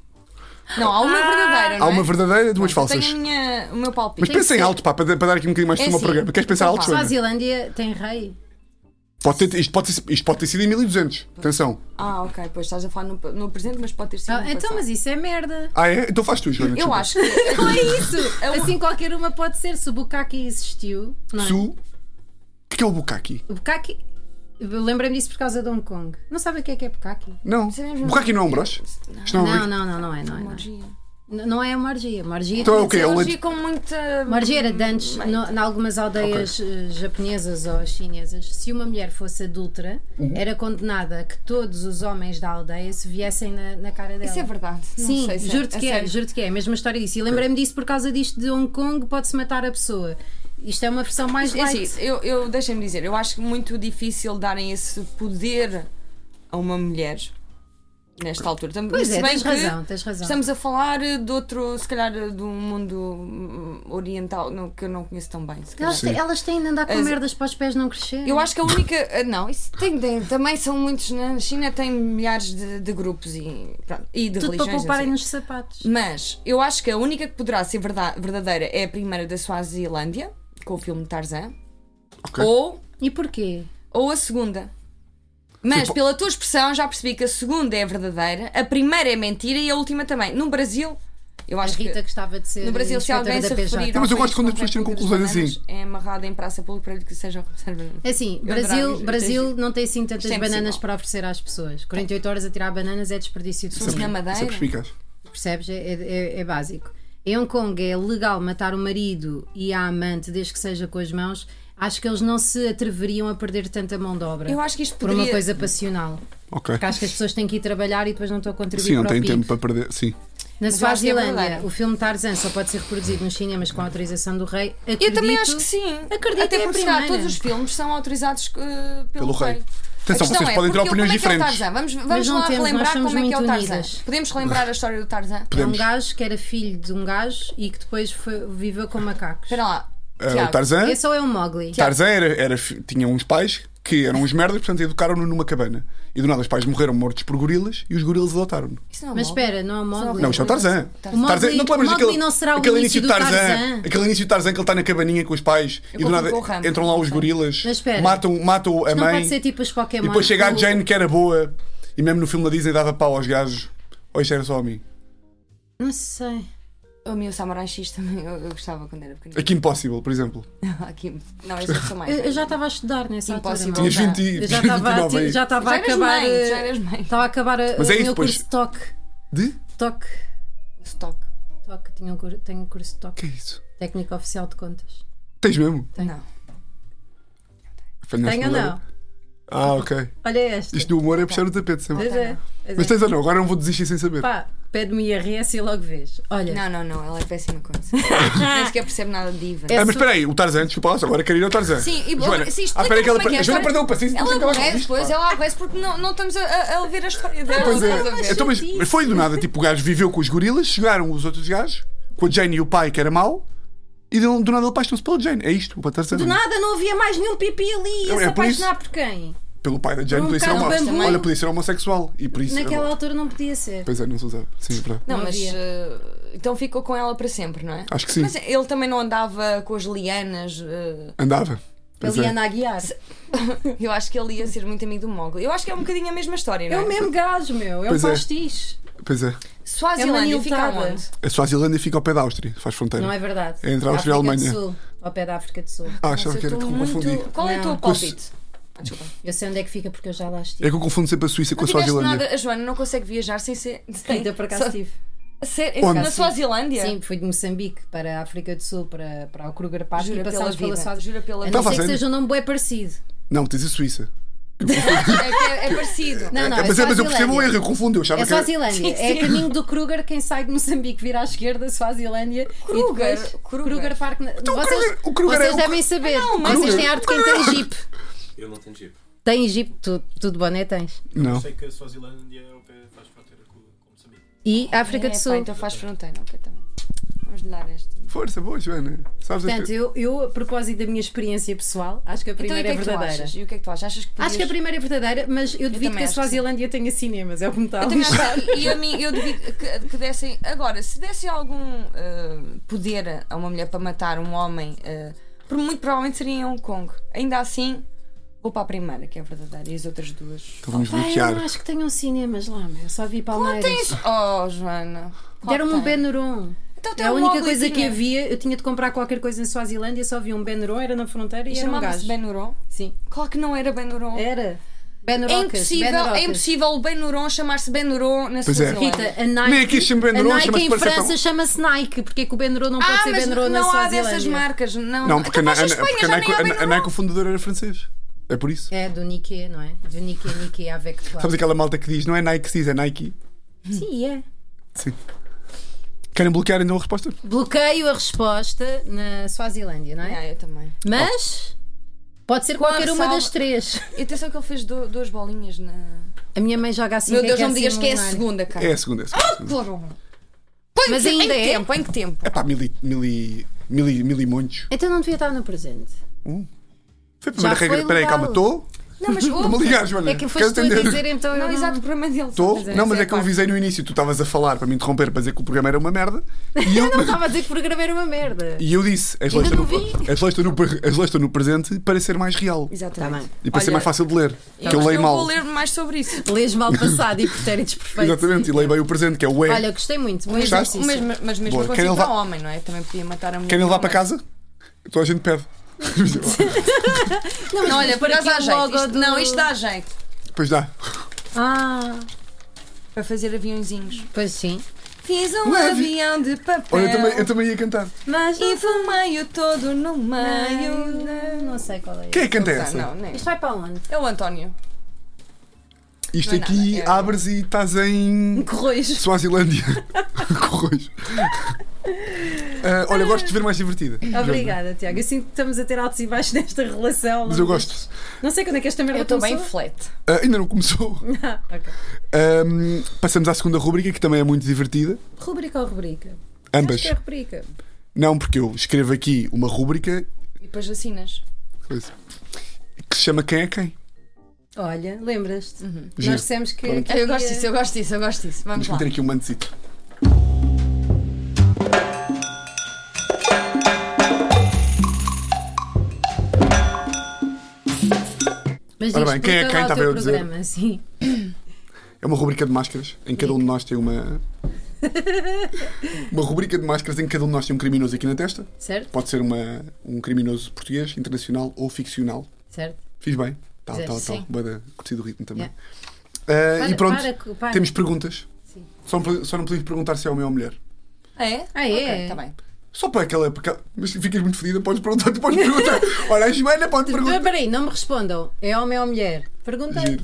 B: Não, há uma verdadeira.
A: Ah. Há
B: não é?
A: uma verdadeira e duas
B: Eu
A: falsas.
B: tenho um- a minha, o meu
A: Mas
B: palpite.
C: Tem que
A: pensa em
C: ser.
A: alto, pá, para, para dar aqui um bocadinho mais de
B: É
A: cima ao
B: sim.
A: programa. Queres pensar
B: Então
A: alto,
B: vá.
A: Joana?
C: Suazilândia tem rei?
A: Pode ter, isto, pode ter, isto pode ter sido em 1200. Atenção.
B: Ah, ok, pois estás a falar no, no presente, mas pode ter sido.
C: Ah,
B: no
C: então,
B: passado.
C: mas isso é merda.
A: Ah, é? Então faz tu, Joana.
B: Eu
A: desculpa.
B: acho
C: (laughs)
B: que.
C: Não é isso.
B: É um-
C: Assim qualquer uma pode ser. Se o Bukaki existiu. Não é?
A: Se o. O que é que é o Bukaki?
C: O Bukaki. Eu lembrei-me disso por causa de Hong Kong. Não sabe o que é que é Bukaki?
A: Não.
B: Sabemos-
A: Bukaki não é um broche? Isto não é um
C: Não,
A: bico?
C: não, não, não é, não é. Não é,
B: Magia.
C: N- não é uma orgia. Uma orgia,
A: Então é o quê? É um
B: Magia
A: leite.
B: com muita.
C: uma orgia era de antes, no- em algumas aldeias eh, japonesas ou chinesas. Se uma mulher fosse adulta,
A: Uhum.
C: era condenada a que todos os homens da aldeia se viessem na, na cara dela.
B: Isso é verdade. Não
C: Sim,
B: sei se
C: juro-te
B: a
C: que é,
B: sério.
C: juro-te que é, a mesma história disso. E lembrei-me disso por causa disto de Hong Kong, pode-se matar a pessoa. Isto é uma versão mais
B: É
C: light.
B: assim, eu, eu deixem-me dizer, eu acho muito difícil darem esse poder a uma mulher nesta altura. Também-
C: Pois
B: se
C: é,
B: bem
C: tens
B: que
C: razão, tens razão.
B: Estamos a falar de outro, se calhar, de um mundo hum, oriental não- que eu não conheço tão bem. se calhar.
C: Elas, têm- elas têm de andar com
B: As-
C: merdas para os pés não crescerem.
B: Eu acho que a única. ah, Não, isso tem, tem- também são muitos. Na China tem milhares de, de grupos e, pronto, e de
C: Tudo para
B: religiões. assim.
C: pouparem
B: não sei.
C: nos sapatos.
B: Mas eu acho que a única que poderá ser verda- verdadeira é a primeira da Suazilândia, com o filme Tarzan,
A: Ok. é
B: ou,
C: E porquê?
B: ou a segunda. Mas
A: Tipo-
B: pela tua expressão já percebi que a segunda é a verdadeira, a primeira é mentira e a última também. No Brasil, eu
C: A
B: acho
C: Rita
B: que.
C: gostava de ser.
B: No Brasil, se
C: inspetora
B: alguém
C: da
B: se
C: PJ.
B: referir.
A: Não, mas eu
B: ao país
A: gosto quando as
B: com
A: pessoas tiram
B: República
A: conclusões
B: das
A: assim.
B: Bananas, É amarrado em praça pública para que sejam conservados.
C: É assim,
B: Eu adorava
C: Brasil,
B: isto, isto é
C: Brasil
B: giro.
C: não tem assim
B: Isto
C: tantas
B: é
C: bananas
B: impossível.
C: para oferecer às pessoas. 48 horas a tirar bananas é desperdício de
B: Sim.
C: tudo.
B: Na um Madeira?
A: Sempre perspicaz.
C: Percebes? É, é- é básico. Em Hong Kong é legal matar o marido e a amante, desde que seja com as mãos. Acho que eles não se atreveriam a perder tanta mão de obra.
B: Eu acho que isto
C: por
B: poderia.
C: uma coisa passional.
A: Ok.
C: Porque acho que as pessoas têm que ir trabalhar e depois não estão a contribuir
A: Sim, não
C: para o
A: tem
C: PIB.
A: tempo para perder. Sim.
C: Na
B: eu acho que é
C: Suazilândia,
B: verdade.
C: o filme Tarzan só pode ser reproduzido nos cinemas com a autorização do rei.
B: Eu
C: Acredito-
B: também acho que sim.
C: Acredito
B: Até
C: que é a
B: porque se calhar,
C: primeira.
B: todos os filmes são autorizados eh, pelo,
A: Pelo rei.
B: rei.
A: Atenção,
B: A questão
A: vocês podem ter
B: porque
A: opiniões
B: como é que é o
A: diferentes.
B: Tarzan? Vamos, vamos
C: Mas não
B: lá
C: temos, nós
B: relembrar
C: somos
B: como é que é o
C: muito
B: Tarzan.
C: unidas.
B: Podemos relembrar a história do Tarzan?
C: É um
A: Podemos.
C: gajo que era filho de um gajo e que depois foi- viveu com macacos.
B: Espera lá. Tá.
A: Ah,
B: Tiago,
A: o Tarzan,
C: Esse ou é o Mowgli?
A: Tarzan era, era, fi- tinha uns pais que eram uns merdas, portanto educaram-no numa cabana. E do nada os pais morreram mortos por gorilas e os gorilas adotaram-no.
B: Isso não é
C: Mas
B: Mowgli.
C: espera, não é o Mowgli.
A: Não, isto é o Tarzan.
B: Tarzan.
C: O
A: Tarzan- te lembras
C: Mowgli- Mowgli não será o início do Tarzan?
A: Aquele início do Tarzan que ele está na cabaninha com os pais e do
B: confundo
A: nada
B: com o Rambo.
A: entram lá os gorilas,
C: Mas espera.
A: matam, matam a
C: Não
A: mãe
C: pode ser tipo os
A: e
C: Pokémon.
A: depois chega a
C: O-
A: Jane que era boa e mesmo no filme da Disney dava pau aos gajos. Ou isto era só a mim.
C: Não sei.
B: O meu Samurai X também eu, eu gostava quando era pequenino.
A: Aqui Impossible, por exemplo.
B: (laughs) Aqui. Não, esse eu sou mais.
C: Eu, eu
B: velha.
C: já estava a estudar nessa
B: Impossível.
C: altura.
A: Tinhas
B: Não dá.
A: 20,
C: Eu
A: e
C: já estava
A: 29
C: ti-
A: aí.
C: já
B: Já
C: estava a
B: eras
C: acabar.
B: mãe,
C: eh,
B: já eras mãe.
C: Estava a acabar eh,
A: Mas é
C: o
A: isso,
C: meu
A: pois.
C: curso de toque.
A: De?
C: Toque.
B: Stock.
C: toque, tinha um cur- tenho um curso de toque.
A: Que é isso?
C: Técnica oficial de contas.
A: Tens mesmo?
B: Não.
A: Falhaste
C: Tenho ou
A: agora.
C: não?
A: Ah, ok.
C: Olha esta.
A: Isto do humor é puxar o tapete sempre.
C: Pois é. pois
A: Mas
C: é.
A: tens ou não? Agora não vou desistir sem saber.
C: Pá, pede-me IRS e logo vês. Olha,
B: Não, não, não, ela é péssima com
C: (laughs)
B: isso. Nem sequer percebe nada de diva.
A: Ah, mas espera aí, o Tarzan, desculpa lá, só, agora quero ir ao Tarzan.
B: Sim, e
A: Joana,
B: sim,
A: ah,
B: explica
A: espera aí que ela,
B: como é que é a
A: a Joana
B: história.
A: perdeu o paciência,
B: Ela
A: não sei o que ela gosta
B: aborrece,
A: disto,
B: pois,
A: pá.
B: ela aborrece porque não, não estamos a, a, a ouvir a história dela.
A: Pois
B: estás a ver?
A: é. Então, mas, mas foi do nada, tipo, o gajo viveu com os gorilas, chegaram os outros gajos, com a Jane e o pai, que era mau, e do, do nada ele apaixonou-se pelo Jane. É isto, o Tarzan.
C: do nada não havia mais nenhum pipi ali. Ia
A: É,
C: se
A: é por isso.
C: apaixonar por quem?
A: Pelo pai da Jane,
C: Um
A: podia ser,
C: bocado
A: homo...
C: bambu.
A: Olha, podia ser homossexual. E por isso. é
C: Naquela altura não podia ser.
A: Pois é, não se usava. Sim, é verdade.
B: Não,
C: Não
B: mas.
C: havia.
B: eh, então ficou com ela para sempre, não é?
A: Acho que sim.
B: Mas ele também não andava com as lianas. eh, (laughs)
A: Andava. Pois é.
C: Eliana Aguiar.
B: eu acho que ele ia ser muito amigo do Mogli. Eu acho que é um bocadinho a mesma história,
C: É
B: não é?
C: o mesmo gajo, meu. É um
A: Pois é.
C: pastiche.
A: Pois é.
B: Suazilândia
C: É uma
B: fica
C: niltada.
B: onde?
A: A Suazilândia fica ao pé da Áustria, faz fronteira.
C: Não é verdade.
A: É entre a Áustria e a
C: África do
A: Alemanha.
C: Sul, ao pé da África do Sul.
A: Ah,
B: Mas
A: achava
B: eu
A: que era que
B: estou
A: eu
B: muito-
A: confundi.
B: Qual é o teu
C: Não.
B: palpite? Ah, desculpa.
C: Eu sei onde é que fica porque eu já lá estive.
A: É que eu confundo sempre a Suíça com
B: Não
A: a
B: tiveste
A: Suazilândia.
B: nada, a Joana não consegue viajar sem ser. sem-
C: Então, Ainda por
B: só-
C: acaso estive.
B: Sério?
A: Onde?
B: Na Suazilândia?
C: Sim, fui de Moçambique para a África do Sul, para, para o Kruger Park
B: Jura
C: e
B: pela
C: passámos pela
B: Ah, vida.
C: Suácia.
B: Jura pela
C: A
B: vida.
C: não
A: Tava
C: ser que
A: sendo-
C: seja um nome bem parecido.
A: Não, tens a Suíça.
B: É, que é- é parecido.
C: Não, não,
A: é,
C: é
A: mas, é, mas eu percebo o
C: Suazilândia.
A: erro, eu confundo. Eu achava
C: É
A: que era...
C: Suazilândia.
B: Sim,
C: É
B: sim.
C: caminho do Kruger, quem sai de Moçambique vira à esquerda, Suazilândia.
B: Kruger,
C: E depois,
B: Kruger. Então,
C: Kruger. Park. na-
A: o
C: vocês
A: Kruger- o Kruger
C: vocês
A: é o
C: devem
A: Kru-
C: saber.
B: Não, mas- é
C: vocês têm arte de quem tem Jeep.
D: Eu não tenho jeep.
C: Tem Jeep, tu, tudo bom, né? Tens.
A: Não.
D: Sei que a Suazilândia é o que faz fronteira com com Moçambique.
C: E África
B: É,
C: do
B: pá,
C: Sul.
B: então faz fronteira, ok, também. Vamos lhe dar este.
A: Força, boa, Joana. né? Sabes é
C: Portanto,
A: as...
C: eu, eu, a propósito da minha experiência pessoal, acho que a
B: Então, e o
C: primeira
B: que é
C: é
B: que tu
C: verdadeira.
B: achas? E o que é que tu achas? Achas que
C: Acho que a
B: podias-
C: primeira é verdadeira, mas eu devido
B: também
C: que a
B: acho que
C: Suazilândia tenha cinemas, é o que me está a
B: Eu também
C: lixar.
B: acho
C: (laughs)
B: que- e a mim, eu devido que, que dessem. Agora, se dessem algum eh, poder a uma mulher para matar um homem, eh, por muito provavelmente seria em Hong Kong. Ainda assim, vou para a primeira, que é verdadeira, e as outras duas.
A: Então vamos
C: Pá, eu não
A: bloquear.
C: acho que tenham cinemas lá, meu. Só vi
B: Não
C: Palmeiras.
B: tens. Oh, Joana. Qual
C: Deram-me um
B: tem?
C: Benuron.
B: Então tem
C: É a
B: um
C: única
B: Mowgli
C: coisa que
B: tinha.
C: havia. Eu tinha de comprar qualquer coisa em Suazilândia, só vi um Benuron, era na fronteira e
B: E
C: era um
B: chamava-se
C: gajo.
B: Benuron?
C: Sim,
B: Claro que não era Benuron.
C: era.
B: É
C: Benurocas.
B: impossível, é impossível o Benuron chamar-se Benuron na
A: Pois é.
B: Suazilândia.
C: Rita, a Nike,
A: Nem aqui chama Benuron,
C: a Nike
A: chama-se
C: em
A: Paracetão.
C: França chama-se Nike. Porque é que o Benuron não pode
B: Ah,
C: ser
B: mas
C: Benuron na
B: não há dessas
C: Suazilândia?
B: marcas, não.
A: Não, porque a,
B: então, vais
A: Na-
B: à
A: a,
B: Espanha,
A: porque a
B: já
A: Nike,
B: nem há
A: a, a
B: Benuron.
A: Nike, o fundador era francês. É por isso.
C: É do Nike, não é? Do Nike, Nike, avec toi.
A: Sabes aquela malta que diz, não é Nike que se diz, é Nike?
C: Sim, é.
A: Sim. Querem bloquear então a resposta?
C: Bloqueio a resposta na Suazilândia, não é?
B: Ah, eu também.
C: Mas pode ser
B: Com a
C: qualquer uma
B: ressalva-
C: das três.
B: E atenção que ele fez do- duas bolinhas na.
C: A minha mãe joga assim.
B: Meu
C: quem
B: Deus,
C: quer
B: não me
C: ser
B: digas que é a
C: milionário?
B: segunda, cara.
A: É a segunda. É a segunda.
B: Claro.
C: Mas
B: Mas ainda
C: ainda
B: em que
C: é?
B: tempo? Em que tempo?
A: É pá, mil e, mil e, mil e, mil e montes.
C: Então não devia estar no presente.
A: Foi a primeira
C: Já foi
A: regra. Espera aí,
C: legal.
A: calma, estou.
B: (laughs) Não, mas
A: Vou
B: ouve.
A: ligar, Joana.
C: É que
A: Queres
C: foste tu a
A: entender?
C: dizer, então eu
B: Não,
C: não...
B: exato, o programa dele.
A: Estou?
B: Mas é-
A: Não, mas
B: essa
A: é que eu
B: a parte.
A: avisei no início, tu estavas a falar para me interromper, para dizer que o programa era uma merda. E eu,
C: Eu não estava a dizer que o programa era uma merda.
A: e eu disse: as leis,
C: Ainda
A: estão
C: não
A: no, as, leis estão no, pre- as leis estão no presente para ser mais real
B: Exatamente.
A: e para ser
B: Olha,
A: mais fácil de ler. Que eu
B: mas
A: leio mal.
B: vou ler mais sobre isso.
C: Lês mal passado
B: (laughs)
C: e pretéritos perfeitos.
A: Exatamente, e leio bem o presente, que é o E.
C: Olha, gostei muito. Bom
A: Gostaste?
C: exercício.
B: Mas, mas- mas mesmo
A: Boa.
B: assim
A: Querem
B: para
A: levar-
B: homem, não é? Também podia matar a mulher.
A: Querem levar para casa? Então a gente pede.
B: Não, olha, por
C: Para
B: acaso
C: aqui
B: dá jeito.
C: o logo
B: Isto-
C: do-
B: Não, isto dá jeito.
A: Pois dá.
C: Ah,
B: Para fazer aviãozinhos.
C: pois sim.
B: Fiz um
A: Leve.
B: avião de papel.
A: Olha, eu também, eu também ia cantar.
C: Mas
B: E fumei-o todo no
C: não,
B: meio.
C: não, não sei qual é.
A: Quem é que canta
B: Não,
A: essa?
B: não, nem.
C: Isto vai para onde?
B: É o António.
A: Isto
B: não é
A: aqui
B: nada, é-
A: abres e estás em.
C: Corroios.
B: (laughs)
A: Suazilândia. Corroios. Ah, olha, gosto de te ver mais divertida.
C: Obrigada, Tiago. Eu sinto que estamos a ter altos e baixos (laughs) nesta relação.
A: Mas eu gosto.
C: Não sei quando é que esta merda
B: Eu estou bem
C: começou.
B: flat.
A: Ah, ainda não começou.
C: Ah, (laughs) ok.
A: Ahm, passamos à segunda rubrica, que também é muito divertida.
C: Rubrica ou rubrica?
A: Ambas.
C: Acho que é rubrica.
A: Não, porque eu escrevo aqui uma rubrica
B: E depois vacinas.
A: coisa, que se chama Quem é Quem.
C: Olha, lembras-te?
A: Giro.
C: Nós dissemos que.
A: Pronto.
B: Eu gosto disso, eu gosto disso, eu gosto disso. Vamos
A: Vamos
B: lá.
A: meter aqui um mantecito.
C: Mas
A: Ora
C: diz,
A: bem, quem é
C: explica
A: quem
C: lá o
A: estava
C: teu
A: eu a dizer?
C: programa, sim.
A: É uma rubrica de máscaras em que cada um de nós tem
C: (laughs)
A: uma. uma rubrica de máscaras em que cada um de nós tem um criminoso aqui na testa.
C: Certo?
A: Pode ser uma, um criminoso português, internacional ou ficcional.
C: Certo.
A: Fiz bem. Tá, Tal,
C: Fizeste,
A: tal,
C: é,
A: tal.
C: sim.
A: Boa da- Curti do ritmo também.
C: Yeah.
A: Ah,
C: Para-
A: e pronto,
C: para que- para.
A: temos perguntas.
C: Sim.
A: Só, não pode- só não podemos perguntar se é homem ou mulher.
B: Ah, é?
C: Ah, é?
B: Ok, tá bem.
A: Só para aquela. porque- Mas ficas muito fedida, podes perguntar, tu podes
C: (laughs)
A: perguntar. Olha, a Joana pode
C: Mas
A: perguntar.
C: Peraí, não me respondam. É homem ou mulher? Perguntei.
A: Giro.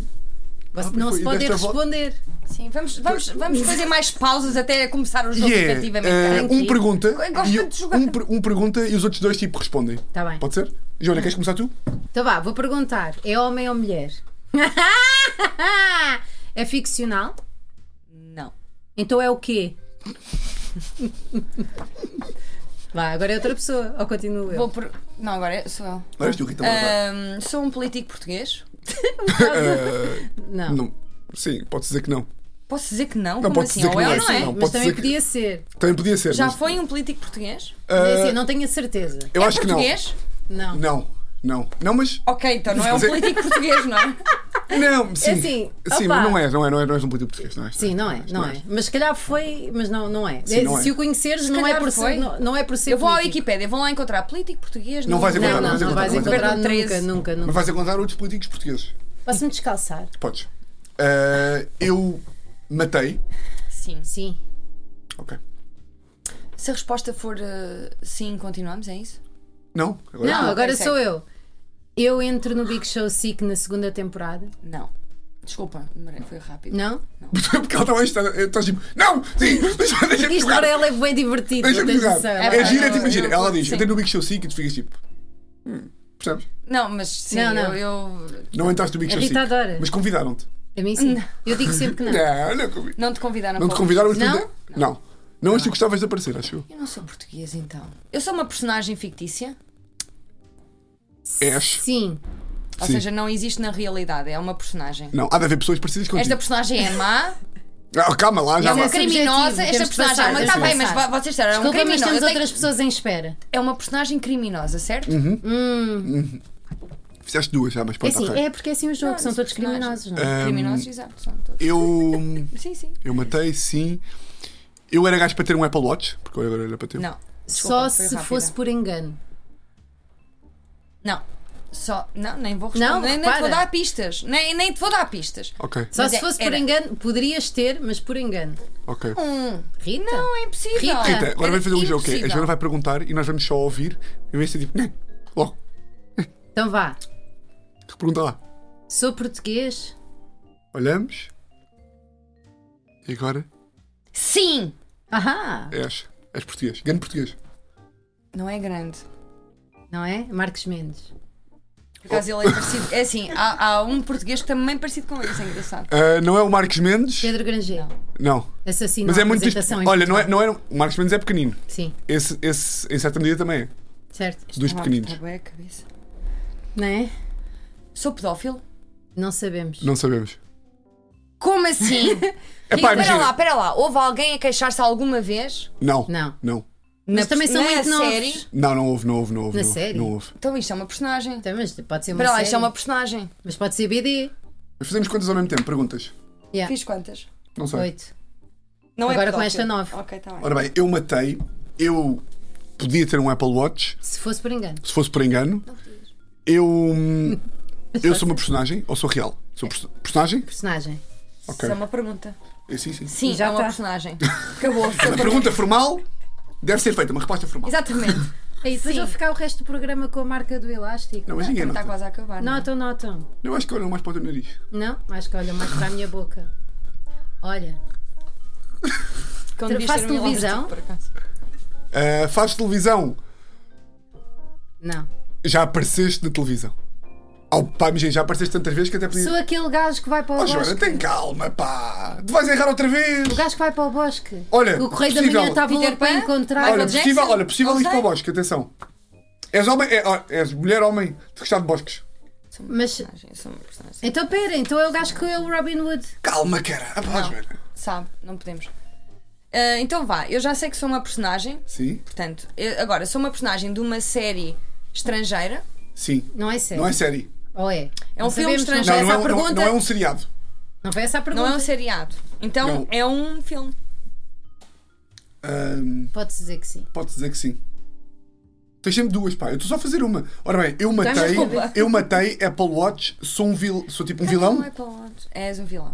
C: Você
A: Ah,
C: não
A: foi-
C: se
A: e
C: podem
A: desta volta-
C: responder.
B: Sim, vamos, vamos, vamos fazer mais pausas até começar o jogo
A: E é,
B: efetivamente.
A: eh, um
C: Tranquilo.
A: pergunta
B: Eu gosto
A: e
B: tanto de jogar.
A: um, per- um pergunta e os outros dois tipo respondem.
C: Tá bem.
A: Pode ser? Joana, queres começar tu?
C: Então vá, vou perguntar. É homem ou mulher? (laughs) é ficcional?
B: Não.
C: Então é o quê? (laughs) Vá, agora é outra pessoa. Ou continuo eu?
B: Vou por... Não, agora é- sou eu.
A: Não és tu, Rita Barbaro?
B: Ahm, sou um político português.
C: Não.
A: Não. Sim, pode dizer que não.
B: Posso dizer que não? Como
A: pode
B: assim?
A: dizer
B: Ou
A: que
B: é
A: não
B: ou
A: é,
B: não é?
A: sim, não.
C: Mas
A: pode
C: também
A: dizer que-
C: podia ser.
A: Também podia ser.
B: Já
A: mas-
B: foi um político português?
C: Podia
A: eh,
C: ser, Não tenho a certeza.
A: eu
B: é
A: acho que não.
B: português?
C: Não.
A: Não, não. Não, mas.
B: Ok, então não é um
A: Mas é-
B: político português, não
A: (laughs)
B: é?
C: (laughs)
A: Não, sim.
C: assim,
A: sim,
C: opa.
A: mas não é, não é, não é, não és um político português, não é?
C: Sim, não é, não, é. Mas se calhar foi, mas não, não é.
A: Sim, não
C: se
A: é.
C: o conheceres,
B: Se
C: não é,
B: calhar
C: por
B: foi.
C: ser, não, não é por ser.
B: Eu vou à
C: político.
B: Wikipédia, vou lá encontrar político português.
A: Não vais
C: Não,
A: encontrar,
C: não, não vais encontrar
B: Governo
C: nunca,
B: 13.
C: nunca,
A: Mas
C: nunca.
A: vais encontrar outros políticos portugueses.
C: Posso-me descalçar?
A: Podes. Eh, eu matei.
B: Sim.
C: Sim.
A: Ok.
B: Se a resposta for eh, sim, continuamos, é isso?
A: Não, agora
C: Não,
B: ok,
C: agora
B: segue.
C: sou eu. Eu entro no Big Show Sick na segunda temporada.
B: Não. Desculpa, demorei, foi rápido.
C: Não?
A: (laughs) Porque ela estava está, estás tipo, não, sim, (laughs) deixa- deixa-me
C: Isto
A: jogar.
C: para ela é bem divertido. não
A: Deixa-me
C: tens
A: jogar.
C: noção.
A: É
B: pá,
A: gira,
B: não,
A: tipo, gira.
B: eu-
A: Ela diz,
B: sim.
A: até no Big Show Sick e tu ficas tipo, hum, percebes?
B: Não, mas sim,
C: Não, não.
B: Eu, eu
A: Não entraste no Big
C: A
A: Show
C: Rita
A: Sick.
C: adora.
A: Mas convidaram-te.
C: A mim sim. Eu digo sempre que não.
A: Não,
B: É,
A: não, convi-
B: não te convidaram
A: não te
B: para-
A: convidaram, mas
C: Não?
A: convidaram? Não. Não, mas tu gostavas de aparecer, acho eu.
B: Eu não sou portuguesa então. Eu sou uma personagem fictícia, é
A: És.
C: Sim.
B: ou
A: Sim.
B: seja, não existe na realidade, é uma personagem.
A: Não, há de haver pessoas parecidas
B: Esta
A: contigo.
B: personagem é
A: (laughs)
B: má,
A: Ah, calma lá, já
B: é
A: vai.
B: uma
C: Mas é subjetivo,
B: criminosa. Esta
C: temos de
B: personagem é
C: passar,
B: uma.
C: temos
B: Tá
C: de
B: bem, mas
C: passar.
B: va- vocês disseram, é um
C: Desculpa, mas
B: criminoso.
C: temos
B: Eu tenho-
C: outras pessoas em espera.
B: É uma personagem criminosa, certo?
A: Uhum. Fizeste duas já, mas
C: É
A: pronto,
C: assim,
A: ok.
C: é porque é assim o jogo,
B: Não,
C: são
B: esse
C: todos
B: personagem.
C: criminosos, não é?
B: Criminosos, exato, são todos.
A: Eu.
B: Sim, sim.
A: Eu matei, sim. Eu era gajo para ter um Apple Watch, porque eu agora era para ter. um-
B: Não.
C: Só
B: Ah, Desculpa, foi
C: se
B: rápida.
C: fosse por engano.
B: Não. Só. Não, nem vou responder. nem, nem te
C: repara.
B: vou dar pistas. Nem, nem te vou dar pistas.
A: Ok,
C: Só
B: Mas
C: se
B: é-
C: fosse por
B: era.
C: engano, poderias ter, mas por engano.
A: ok.
B: Um.
C: Rita?
B: Não, é impossível.
C: Rita,
A: Então. Rita, agora
B: Era
A: vamos fazer um jogo, ok? A
B: impossível.
A: Joana vai perguntar e nós vamos só ouvir e vai ser tipo, né? Logo,
C: Então vá.
A: pergunta lá.
C: Sou português?
A: Olhamos. E agora?
B: Sim!
C: Ahá!
A: És. És português. Grande português.
B: Não é grande.
C: Não é? Marcos Mendes.
A: Oh.
B: Por acaso ele é parecido. É assim, há, há um português que também é parecido com ele, isso é engraçado.
A: Ah, não é o Marcos Mendes?
C: Pedro Grangeiro.
A: Não.
C: Assassino
A: Mas
C: à
A: é muito. dis-
C: apresentação em
A: Olha, não é,
C: Portugal.
A: não é. O Marcos Mendes é pequenino.
C: Sim,
A: Esse, esse, em certa medida, também é.
C: certo.
A: Dois
B: Estava a
A: pequeninos.
B: apertar bué a cabeça.
C: Não é?
B: Sou pedófilo?
C: Não sabemos.
A: Não sabemos. (laughs)
B: Como assim?
A: Epá,
B: espera lá,
A: imagina.
B: espera lá. Houve alguém a queixar-se alguma vez?
A: Não.
C: Não.
A: Não.
B: Mas
C: também são muito novos.
B: série?
A: Não, não houve, não houve, não houve.
C: Na
A: não houve,
C: série?
A: Não houve.
B: Então isto é uma personagem.
C: Então, mas pode ser uma
B: Espera lá, isto
C: série,
B: é uma personagem.
C: Mas pode ser BD.
A: Mas fazemos quantas ao mesmo tempo? Perguntas.
C: Yeah.
B: Fiz quantas?
A: Não sei.
C: Oito.
B: Não é
C: Agora com
B: pedófilo.
C: esta nove.
B: Ok, está bem.
A: Ora bem, eu matei, eu podia ter um Apple Watch,
C: Se fosse por engano.
A: se fosse por engano. Eu. hum, Eu sou uma personagem ou sou real? Sou um perso- personagem?
C: Personagem.
A: Ok.
B: Isso é uma pergunta.
A: É, Sim, sim.
B: Sim,
C: Já
B: é uma
C: tá.
B: personagem. Acabou.
A: é A pergunta formal deve ser feita, uma resposta formal.
B: Exatamente.
C: É isso. Depois vou ficar o resto do programa com a marca do elástico.
A: Não, mas ninguém
B: Está
A: nota.
B: quase a acabar. não é?
C: Notam, notam.
A: Eu acho que olham mais para o teu nariz.
C: Não? Acho que olha mais para a minha boca. Olha.
B: Quando
C: Tra-
B: devias
C: faço
B: ter um
C: televisão?
B: elástico, por acaso.
A: Ah, fazes televisão?
C: Não.
A: Já apareceste na televisão. Oh, pá, imagina, já apareceste tantas vezes que até podia.
C: Sou aquele gajo que vai para o
A: Oh,
C: bosque.
A: Joana, tem calma, pá! Tu vais errar outra vez!
C: O gajo que vai para o bosque.
A: Olha,
C: o correio da
A: possível.
C: manhã estava
B: Peter
C: louco para
B: Pan?
C: encontrar.
A: Olha,
B: Michael Jackson?
A: possível, olha, possível
B: Não
A: ir para o
B: sei.
A: bosque, atenção. És homem, é, ó, és mulher homem de gostar de bosques.
B: Sou uma
C: Mas-
B: personagem, sou uma personagem.
C: Então pera, então é o gajo que é o Robin Hood.
A: Calma, cara. Ah, pá,
B: Não.
A: Joana.
B: Sabe, não podemos. Ah, então vá, eu já sei que sou uma personagem.
A: Sim,
B: Portanto, eu- agora sou uma personagem de uma série estrangeira.
A: sim.
C: Não é sério?
A: Não é série.
C: Ou é?
B: É um filme estrangeiro.
A: Não,
B: Já
A: não
B: essa
A: é, um- não,
B: pergunta-
A: não é um seriado.
C: Não foi essa a
B: Não
C: pergunta.
B: é um seriado. Então
A: Não.
B: é um filme.
A: Ahm,
C: Pode-se dizer que sim.
A: pode dizer que sim. Tens sempre duas, pá. Eu estou só a fazer uma. Ora bem, eu
B: Tá,
A: matei.
B: desculpa. Então
A: Eu matei Apple Watch, sou um vil, sou tipo um
B: Não
A: vilão.
B: é para onde? És um vilão.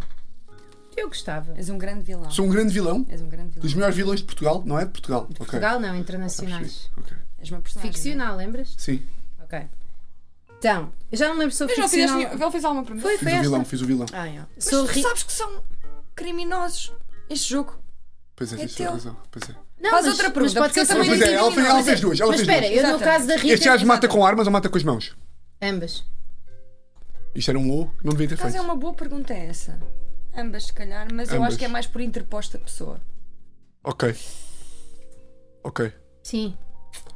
C: Eu gostava.
B: És um grande vilão.
A: Sou um grande vilão.
B: És um grande
A: Dos
B: vilão.
A: melhores vilões de Portugal, não é? De Portugal. De
C: Portugal não, internacionais.
A: Ok.
B: És uma
A: Tá
B: personagem.
C: Ficcional, lembras?
A: Sim.
C: Ok. Então, eu já não lembro se eu
B: Mas não fizeste
C: ficcional.
B: nenhum- Ele fez alguma pergunta.
C: Foi,
A: Fiz
C: foi
A: o vilão,
C: esta.
A: fiz o vilão.
C: Ah, é.
B: Mas
C: Sou
B: tu
C: ri-
B: sabes que são criminosos este jogo.
A: Pois é,
B: É
A: tens toda
B: teu.
A: razão. Pois é.
C: Não,
B: Faz
C: mas-
B: outra
C: mas
B: pergunta, porque
C: pode ser
B: eu também
A: Pois
C: sobre-
A: é, ela fez, ela fez duas. Ela
C: Mas
A: fez
C: espera,
A: duas.
C: eu no
B: Exatamente.
C: caso da Rita.
A: Este gajo mata
C: Exato.
A: com armas ou mata com as mãos?
C: Ambas.
A: Isto era um ou, não devia ter
B: Por acaso
A: feito.
B: é uma boa pergunta essa. Ambas, se calhar, mas eu
A: Ambas.
B: acho que é mais por interposta pessoa.
A: Ok. Ok.
C: Sim.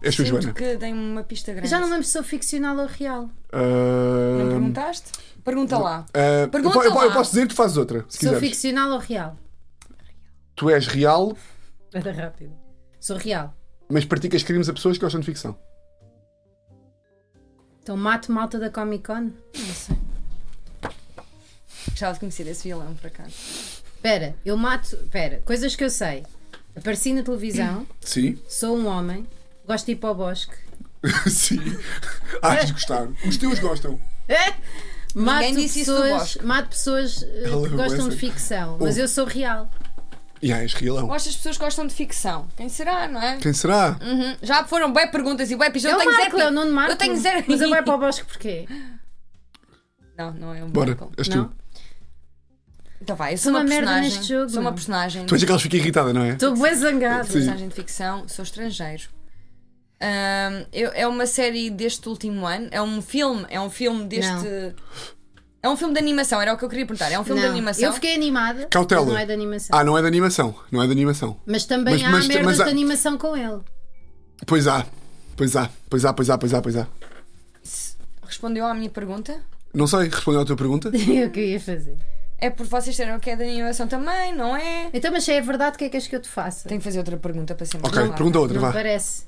A: És tu,
B: Sinto
A: Joana.
B: que dei uma pista grande.
C: Já não lembro se sou ficcional ou real.
B: Não
A: Ahm,
B: perguntaste? Pergunta lá.
A: ah, eu,
B: Pergunta
A: po- eu po- eu
B: lá.
A: posso dizer, tu fazes outra, se
C: sou
A: quiseres.
C: ficcional ou real?
A: Tu és real,
C: Era rápido. Sou real.
A: mas praticas crimes a pessoas que gostam de ficção.
C: Então mato malta da Comic Con?
B: Gostava de conhecer esse vilão, por acaso.
C: Espera, eu mato. Espera, coisas que eu sei. Apareci na televisão,
A: Sim.
C: sou um homem, gosto de ir para o bosque.
A: (laughs) Sim. Ai, de gostar. Os teus gostam.
C: Mato
B: disse isso do
C: pessoas,
B: bosque.
C: mato pessoas eh,
A: Ela é
C: que gostam
A: essa.
C: de ficção, mas
A: Oh.
C: eu sou real.
A: E aí, és
B: Eu
A: realão.
B: acho que as pessoas que gostam de ficção. Quem será, não é?
A: Quem será?
B: Uhum. Já foram bem perguntas e webs. Eu
C: é o
B: tenho
C: Marco,
B: zero.
C: é o Nuno Marco.
B: Eu tenho zero.
C: Mas ele vai para o bosque porquê?
B: Não, não é um
A: Bora,
B: Marco.
A: és
C: Não?
A: tu.
B: Então vai, eu sou
C: Sou
B: uma,
C: uma merda
B: personagem.
C: neste jogo,
B: sou uma
C: mano.
B: personagem.
A: Tu és aquela que fica irritada, não é?
C: Estou bué zangado.
A: Sim.
B: personagem de ficção, sou estrangeiro. Ahm, eu- é uma série deste último ano, é um filme, é um filme deste. É um filme de animação, era o que eu queria perguntar. É um filme
C: Não,
B: de animação.
C: Eu fiquei animada.
A: Cautela.
C: mas Não é de animação.
A: Ah, não é de animação. Não é de animação.
C: Mas também
A: Mas-
C: há
A: mas-
C: merdas
A: mas há-
C: de animação com ele. (laughs)
A: Pois há. Pois há. Pois há, pois há, pois há, pois há.
B: Respondeu à minha pergunta?
A: Não sei, respondeu à tua pergunta?
C: eu que ia fazer.
B: É por vocês terem o que é de animação também, não é?
C: Então, mas se é verdade, o que é que és que eu te faça?
B: Tenho que fazer outra pergunta para ser mais
A: Ok,
B: clara.
A: pergunta outra,
C: não
A: vá.
C: parece.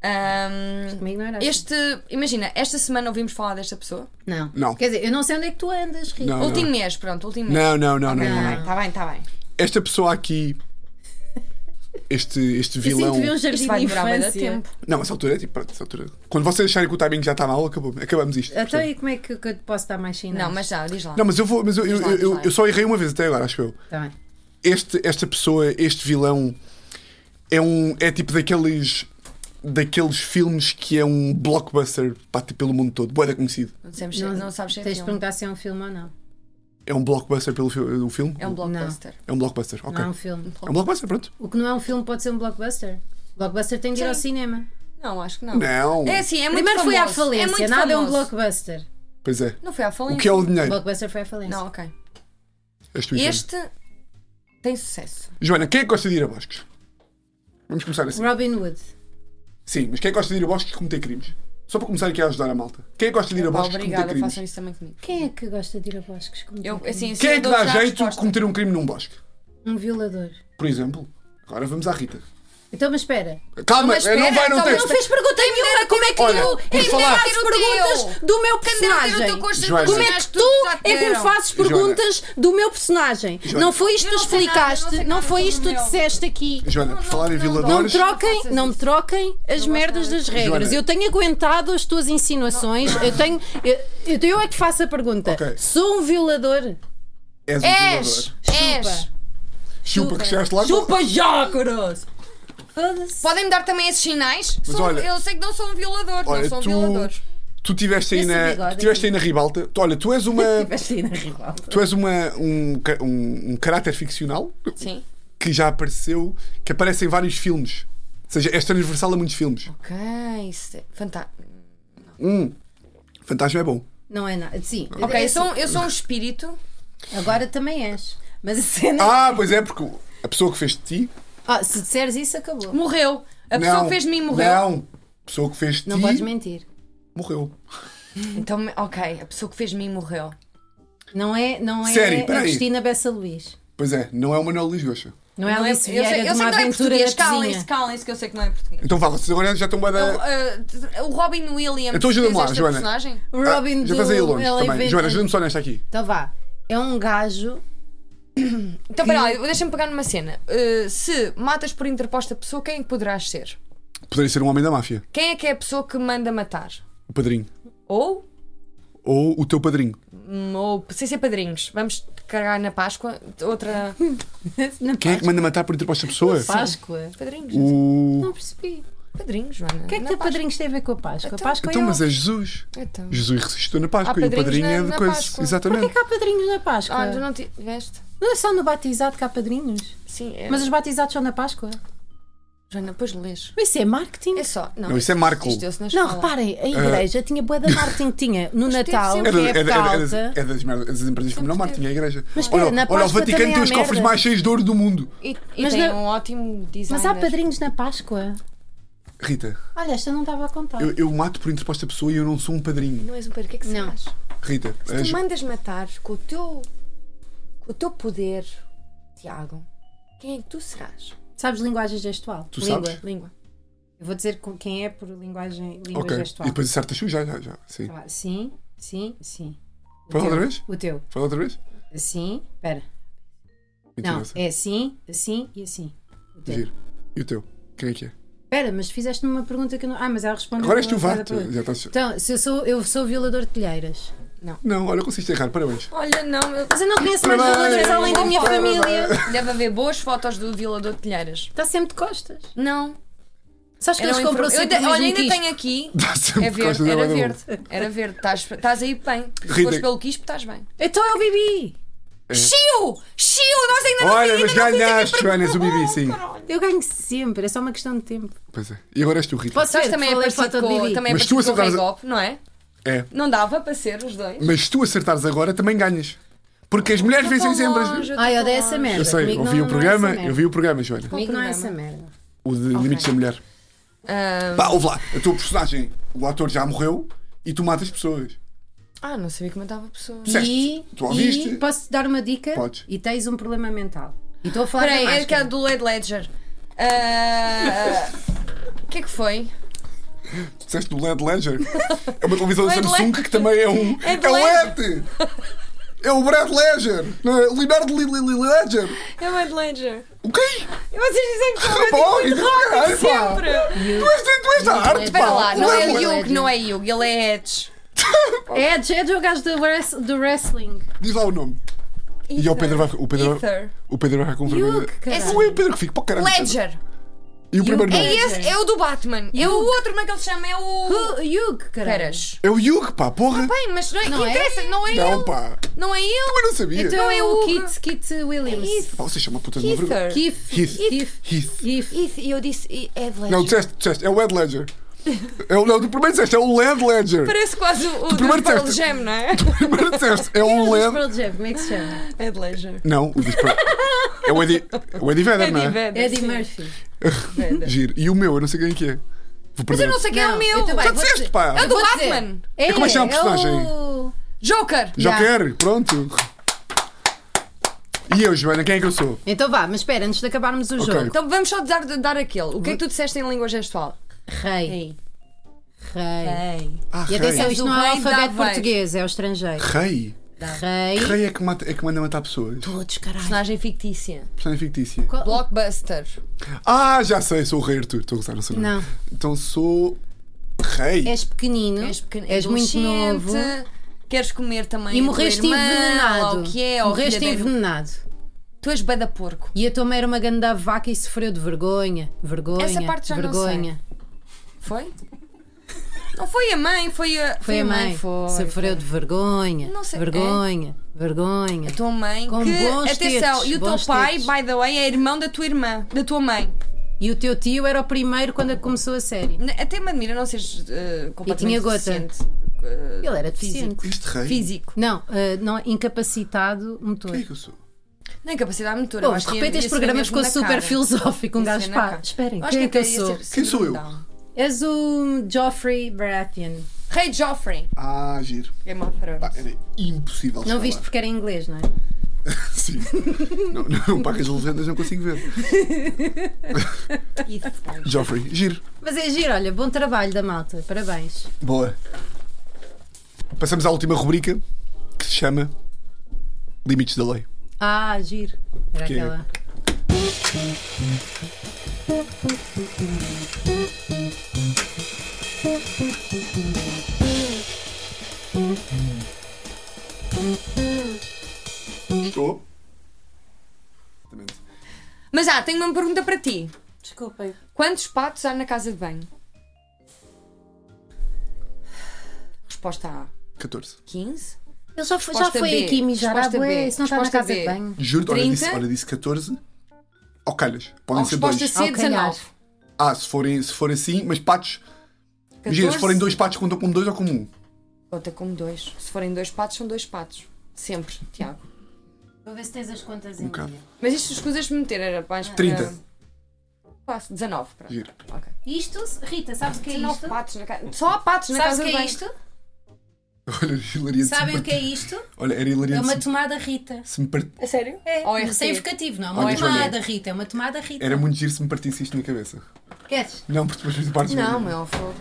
B: Ahm,
C: Comigo não era assim.
B: este, imagina, esta semana ouvimos falar desta pessoa.
C: Não.
A: Não.
C: Quer dizer, eu não sei onde é que tu andas, Rita.
A: Não,
B: último
A: Ah, não.
B: mês, pronto, último mês.
A: Não, não, não, não, não, não.
C: Não.
B: Está bem, está bem.
A: Esta pessoa aqui. Este, este
C: Eu
A: vilão.
C: sinto ver um jardim
B: Isto vai
C: de
B: demorar bué de
C: infância.
B: tempo.
A: Não, mas altura é tipo, pronto, essa altura. Quando vocês acharem que o timing já está mal, acabou, acabamos isto.
C: Então, e como é que que eu te posso dar mais sinais?
B: Não, mas já, diz lá.
A: Não, mas eu vou, mas eu, eu,
B: Diz lá,
A: eu,
B: diz lá.
A: eu- eu só errei uma vez até agora, acho eu.
C: Tá bem.
A: Este, esta pessoa, este vilão, é um. É tipo daqueles. Daqueles filmes que é um blockbuster pá, tipo, pelo mundo todo. Boa, é conhecido.
B: Não, dissemos, não, sabes se é
C: Tens de
B: filme.
C: perguntar se é um filme ou não.
A: É um blockbuster pelo fi- o filme?
B: É um blockbuster.
A: É um blockbuster, ok.
C: Não é um filme.
A: É um blockbuster, pronto.
C: O que não é um filme pode ser um blockbuster. Blockbuster tem de ir
B: Sim.
C: ao cinema.
B: Não, acho que não.
A: Não.
B: É assim, é muito
C: Primeiro foi à
B: famoso. É
C: falência,
B: muito
C: nada é um
B: famoso.
C: blockbuster.
A: Pois é.
B: Não foi à falência.
A: O que é o dinheiro?
C: Blockbuster foi à falência.
B: Não, ok.
A: És tu, Joana.
B: Este tem sucesso.
A: Joana, quem é que gosta de ir a bosques? Vamos começar assim.
C: Robin Hood.
A: Sim, mas quem é que gosta de ir a bosques e cometer crimes? Só para começar aqui a ajudar a malta. Quem é que gosta de ir a
B: Pá,
A: bosques e cometer
B: obrigada,
A: crimes?
B: façam isso também comigo.
C: Quem é que gosta de ir a bosques? Como
B: Eu,
C: tu?
B: assim, assim,
A: Quem é que
B: dou-te
A: dá
B: já a
A: jeito de
B: resposta.
A: cometer um crime num bosque?
C: Um violador.
A: Por exemplo. Agora vamos à Rita.
C: Então, mas espera.
A: Calma, eh,
B: Mas espera,
A: não vai, não
B: então
A: tens.
B: não fez
C: pergunta nenhuma. Como é que
A: Olha, tu- por quem me falar- dera as
B: perguntas
C: do meu
B: é
A: Joana.
E: Como é que tu é que me fazes
A: Joana.
E: perguntas do meu personagem?
A: Joana.
E: Não foi isto que
B: Eu
E: tu
B: não sei nada, eu não sei
E: explicaste,
B: nada
E: não foi
B: sobre
E: isto
B: o
E: que tu
B: meu.
E: disseste aqui.
A: Joana, por falar em violadores.
E: Troquem,
B: faças
E: não me troquem as merdas das regras.
A: Joana.
E: Eu tenho aguentado as tuas insinuações. Eu tenho. Eu, eu- eu é que faço a pergunta.
A: Ok.
E: Sou um violador.
A: És um
B: És,
A: violador.
B: és.
A: Chupa que chegaste lá.
E: Chupa já, caroço!
B: Podem-me dar também esses sinais? Sou-
A: olha-
B: eu sei que não sou um violador,
A: Olha,
B: não sou um violador.
A: tu. Tu tiveste aí
C: Esse
A: na.
C: bigode
A: Tu tiveste aí na ribalta. Tu- Olha, tu és
B: (laughs)
A: uma.
C: Vastina rival.
A: Tu és uma, um, ca- um, um caráter ficcional
B: Sim.
A: que já apareceu, que aparece em vários filmes. Ou seja, é transversal a muitos filmes.
B: Ok, isso é fantástico.
A: Hum, Fantasma é bom.
C: Não é nada. Sim.
B: Ok,
C: É
B: eu sou, eu sou um espírito.
C: assim, Agora também és. Mas a cena.
A: Ah, pois é, porque a pessoa que fez de ti.
C: Ah, se disseres isso, acabou.
B: Morreu. A pessoa
A: não,
B: que fez de mim morreu.
A: Não, a pessoa que fez de
C: Não
A: ti
C: podes mentir.
A: morreu.
B: Então, ok, a pessoa que fez de mim morreu.
C: Não é, não é
A: Sério,
C: a
A: peraí.
C: Cristina Bessa Luís.
A: Pois é, não é o Manuel Luís Goxa.
C: Não é a
B: Não é-
C: Alice
B: eu sei,
C: Vieira
B: eu
C: de
B: sei que
C: uma
B: não é
C: aventura na
B: português.
C: cozinha.
B: Calem-se, calem-se, que eu sei que não é português.
A: Então vá, vocês agora já estão bem
B: Eu,
A: da.
B: ah, o Robin Williams
A: Então ajuda-me
B: fez
A: lá,
B: esta
A: Joana.
B: personagem?
C: Robin
A: Ah, já estás
C: do
A: aí longe
C: LA
A: também.
C: Verde.
A: Joana, ajuda-me só nesta aqui.
C: Então vá. É
E: (laughs)
C: um gajo.
B: Então, pera lá, deixa-me pegar numa cena. Uh, se matas por interposta pessoa, quem é que poderás ser?
A: Poderia ser um homem da máfia,
B: Quem é que é a pessoa que manda matar?
A: o padrinho.
B: Ou
A: ou o teu padrinho.
B: Hum, Ou sem ser padrinhos. Vamos cagar na Páscoa.
E: (laughs)
B: Outra.
E: Na
A: Quem é que assim? manda matar por entre esta pessoa?
E: Páscoa.
B: Padrinhos.
A: O.
E: Não percebi.
B: Padrinhos, Joana.
E: O que é que
B: Na
E: tem
B: Páscoa.
E: padrinhos tem a ver com a Páscoa? A
B: Então-
E: Páscoa
A: Então,
E: é
A: mas
E: o...
A: é Jesus.
B: Então.
A: Jesus ressuscitou na Páscoa
B: Há
A: e o padrinho
B: padrinhos
A: é
B: na-
A: de
B: na
A: coisa.
B: Páscoa.
E: Porquê
A: Exatamente.
E: que há padrinhos na Páscoa?
B: Ah, tu não tiveste?
E: Não é só no batizado que há padrinhos?
B: Sim, é.
E: Mas os batizados são na Páscoa?
B: Joana, depois lês.
E: Isso é marketing?
B: É só. Não,
A: Não, isso é Marco.
B: Isto deu-se na
E: Não,
B: escola.
E: reparem, a igreja tinha boa da marketing, tinha no
B: Mas teve
E: Natal, que
B: sempre-
A: É, da-
E: é
A: é,
E: época
A: da- é das-
E: alta.
A: é das, merdas- das empresas que não marketing, é a igreja.
E: Mas espera,
A: olha,
E: na
A: olha o
E: Páscoa
A: Vaticano
E: também
A: tem
E: há
A: os cofres
E: merda.
A: mais cheios de ouro do mundo.
B: E, e
E: Mas
B: tem
E: não-
B: um ótimo design.
E: Mas há padrinhos na Páscoa.
A: Rita,
E: Olha, esta não estava a contar.
A: eu, eu mato por interposta pessoa e eu não sou um padrinho.
B: Não és um padrinho. O que é que se
C: Não.
B: faz?
A: Rita,
B: Se
A: és-
B: tu mandas matar com o teu. com o teu poder, Tiago, quem é que tu serás?
C: Sabes linguagem gestual?
A: Tu
C: Língua.
A: sabes?
B: Língua.
C: Eu vou dizer com- quem é por linguagem, língua
A: ok.
C: gestual.
A: E depois acertas tu já, já, já. Sim.
C: Tá lá. Sim, sim, sim. O
A: Fala
C: teu.
A: outra vez?
C: O teu.
A: Fala outra vez?
C: Assim, espera.
A: Muito
C: Não,
A: engraçado.
C: é assim, assim e assim. O teu.
A: Giro. E o teu? Quem é que é?
C: Espera, mas fizeste-me uma pergunta que eu não. Ah, mas ela respondeu.
A: Agora és tu, vá.
C: cada
A: tu-
C: pergunta.
A: Já estás...
C: Então, se eu sou, eu sou violador de telheiras.
A: Não, olha, conseguiste errar, parabéns. (laughs)
B: Olha, não. eu-
C: Mas eu não conheço mais
A: Parabéns.
C: violadores além da minha
A: Parabéns.
C: família.
B: Deve haver boas fotos do violador de telheiras.
C: Está sempre de costas.
B: Não.
C: Sabes que
B: Era
C: eles
B: um
C: compram
B: infra- Eu
C: sempre
B: ainda-
C: o
B: Olha,
C: mesmo
B: ainda
C: quisto.
B: tenho aqui.
A: Dá sempre
B: É
A: costas
B: verde,
A: na
B: era
A: guarda-roupa.
B: verde. Era verde. Estás, estás aí bem. Se
A: Rita- É.
B: fores pelo quispo, estás bem.
C: Então é o Bibi.
B: Chiu! Chiu! Nós ainda não
A: Olha,
B: ainda
A: mas
B: não fiz a minha
A: ganhaste, Joana, és o Bibi, sim.
C: Eu ganho sempre, é só uma questão de tempo.
A: Pois é. E agora és tu, Rita.
C: Posso
B: Sabes
C: ver?
B: também é
C: Falei
B: parecido
C: foto de
B: com,
C: Bibi.
B: também é
A: Mas tu
B: parecido com o Rei
A: acertaste-
B: Golpe, não é?
A: É.
B: Não dava para ser os dois.
A: Mas se tu acertares agora, também ganhas. Porque as mulheres
B: Eu tô
A: vencem sempre.
B: longe,
A: as-
B: eu tô
C: Ai, eu odeio
B: longe.
C: essa merda.
A: Eu sei,
C: Comigo
A: ouvi
C: não-
A: o
C: não é
A: programa,
B: assim,
C: essa merda.
A: eu vi o programa, Joana.
C: Comigo não é
B: programa?
C: essa merda.
A: O de Limites da Mulher.
B: Ah,
A: Pá, ouve lá. A tua personagem, o ator já morreu e tu matas pessoas.
B: ah, não sabia que matava pessoas.
A: Disseste,
C: E,
A: tu ouviste?
C: e posso te dar uma dica?
A: Podes.
C: E tens um problema mental. E estou a falar
B: Espera aí,
C: da
B: é
C: máscara.
B: aquela do Led Ledger. Ah, (laughs) O que é que foi?
A: Disseste do LED Ledger. É uma televisão da
B: Led
A: Samsung
B: Ledger.
A: que também é um.
B: É de
A: É o
B: LED.
A: LED! É o Brad Ledger! Não é? Leonardo Li- Li- Li- Ledger!
B: É o Led Ledger.
A: O quê?
B: E vocês dizem que
C: é
B: sou eu
A: Rapaz,
B: muito
A: caralho,
B: rock
A: pá.
B: sempre.
A: Tu és, tu és da arte,
B: Espera
A: pá!
B: lá,
A: O
B: não é
A: Led Ledger.
B: Hugh, não é Hugh, ele é Edge.
C: Edge, Edge é o gajo do, wres- do wrestling.
A: (laughs) Diz lá o nome. E é o Pedro vai. O Pedro vai.
B: Ether.
A: O Pedro vai ficar com vergonha.
C: Hugh,
B: Esse-
A: Não é o Pedro que fica, pá, caralho.
B: Ledger.
A: E o primeiro
B: É
A: nome?
B: esse, é o do Batman. E o outro, como é que ele se chama? É o.
C: Who- Hugh, caralho.
B: Peras.
A: É o Hugh, pá, porra!
B: Bem, mas não é.
C: Não
B: que
C: é?
B: interessa, não é
A: Não,
B: ele.
A: pá!
B: Não é ele.
A: Eu não sabia!
C: Então é o
B: Hugh.
C: Kit, Kit Williams.
B: Heath.
A: Pá, vocês chamam puta de uma vergonha.
B: Heather.
C: Keith.
A: Heath.
C: Keith.
A: Heath.
C: Keith.
B: Heath. E eu disse e- é de Ledger.
A: Não, disseste, disseste, é o Ed Ledger. É o, não, tu primeiro disseste, é o Led Ledger.
B: Parece quase o, o do
A: primeiro
B: Pearl
A: disseste-
B: Jam, não
A: (laughs)
B: é?
A: Primeiro disseste, é um
C: Mas
A: Led.
C: Pearl Jam, como é que se (laughs) chama?
B: É de Ledger.
A: Não, o dos Pearl- É o Eddie, é o Eddie Vedder, não é?
C: Eddie Murphy.
A: Giro. E o meu, eu não sei quem é que é. Vou
B: Mas
A: perder.
B: eu não sei quem é o
C: Não,
B: meu.
C: eu também.
A: Já
C: vou
A: disseste,
C: dizer.
A: pá!
B: É o do
C: Vou dizer.
B: Batman.
C: É,
A: como é que chama a personagem?
C: o-
B: Joker.
A: Já quer, pronto. E eu, Joana, quem é que eu sou?
C: Então vá, mas espera, antes de acabarmos o jogo.
B: Então vamos só dar, dar aquele. O que é que tu disseste em língua gestual?
C: Rei. Rei.
B: Ei.
A: Ah,
C: E atenção,
A: rei.
C: isto não é
B: Rei da
C: alfabeto
B: Aveiro.
C: português, é o estrangeiro.
A: Rei?
C: Rei.
A: Que Rei é que, mata, é que manda matar pessoas.
C: Todos, caralho.
B: Personagem fictícia.
A: Personagem fictícia.
C: Qual-
B: Blockbuster.
A: Ah, já sei, sou o Rei Arthur. Estou a gozar, não sou
C: Não.
A: Então sou. Rei.
C: És pequenino,
B: És pequeno,
C: és muito novo
B: adolescente, Queres comer também.
C: e
B: a tua
C: morreste
B: irmã,
C: envenenado.
B: ou O que é? ou
C: morreste
B: filha da irmã.
C: envenenado.
B: Tu és bada porco.
C: E a tua mãe era uma ganda vaca e sofreu de vergonha. Vergonha.
B: Essa parte já não
C: vergonha.
B: Foi? Não foi a mãe, foi a.
C: Foi a mãe.
B: Foi.
C: sofreu de vergonha.
B: Não sei, é?
C: vergonha. Vergonha.
B: tua mãe
C: Com
B: que
C: bons
B: atenção
C: tetos,
B: e o teu
C: bons
B: pai
C: tetos.
B: by the way é irmão da tua irmã da tua mãe
C: E o teu tio era o primeiro quando a- começou a série.
B: N- até me admira não seres eh, completamente
C: tinha gota.
B: deficiente,
C: Ele era
B: físico.
C: deficiente.
A: Este rei.
B: físico
C: Não, ah, não, incapacitado motor.
A: Quem é que eu sou?
B: nem é capacidade motora
C: Bom,
B: eu acho
C: de
B: que
C: repente
B: ia-
C: este
B: ia ser
C: programa
B: mesmo
C: ficou
B: na
C: super
B: cara.
C: filosófico. Um
B: Ia ser
C: gajo,
B: na
C: pá,
B: cara.
C: esperem,
B: Acho
C: quem é que eu
B: até ia
C: sou?
B: ser
A: Quem sou eu?
B: Down.
C: És o Joffrey Baratheon.
B: Rei Joffrey
A: Ah, giro.
B: Game of
A: Pá,
B: Thrones
A: era impossível.
C: Não
A: falar.
C: viste porque era em inglês, não é? (laughs)
A: Sim. não, não, pá, que as legendas não consigo ver.
B: Isso, vai.
A: Joffrey, giro.
C: Mas é giro, olha, bom trabalho da malta, parabéns.
A: Boa. Passamos à última rubrica que se chama Limites da Lei.
C: Ah, giro. Era
A: Que-
C: aquela.
B: tenho uma pergunta para ti.
C: Desculpem.
B: Quantos patos há na casa de banho? Resposta A:
A: 14.
B: 15.
C: Ele já foi, já
B: Resposta
C: foi
B: B.
C: aqui mijar à
B: Resposta
C: bué,
B: B.
C: isso não está na
B: Resposta
C: casa de
B: B.
C: banho.
A: Juro, olha,
B: 30?
A: disse, olha, disse 14. Ou calhas,
B: Ou
A: podem ser dois.
B: resposta
C: Ao
B: C:
C: calhar.
B: 19.
A: Ah, se forem, se forem assim, mas patos. Imagina, se
B: 14?
A: forem dois patos, contam como dois ou como um?
B: Conta como dois. Se forem dois patos, são dois patos. Sempre, Tiago.
F: Vou ver se tens as contas
A: Um
F: em
A: bocado.
F: dia.
B: Mas isto escusas de meter, era mais para.
A: 30.
B: Quase, 19. Pronto.
A: Giro.
B: Ok.
F: Isto, Rita, sabes o que é
B: 19
F: isto?
B: patos na casa. Só há patos na
F: Sabes
B: casa
F: o que
B: de
F: é
B: banho.
F: isto?
A: (laughs) Olha, era hilariante. se me
F: Sabem o que é
A: part-
F: isto?
A: Olha, era
F: É
A: hilariante.
F: uma
A: se me-
F: tomada Rita.
A: Se me part-
B: A sério?
F: É,
B: Ou RT.
F: sem vocativo, não. É
A: Ou
F: uma
A: RT.
F: tomada Rita. É uma tomada Rita.
A: Era muito giro se me partisse isto na cabeça.
F: Queres?
A: Não, porque depois partes
B: Não, meu, fogo.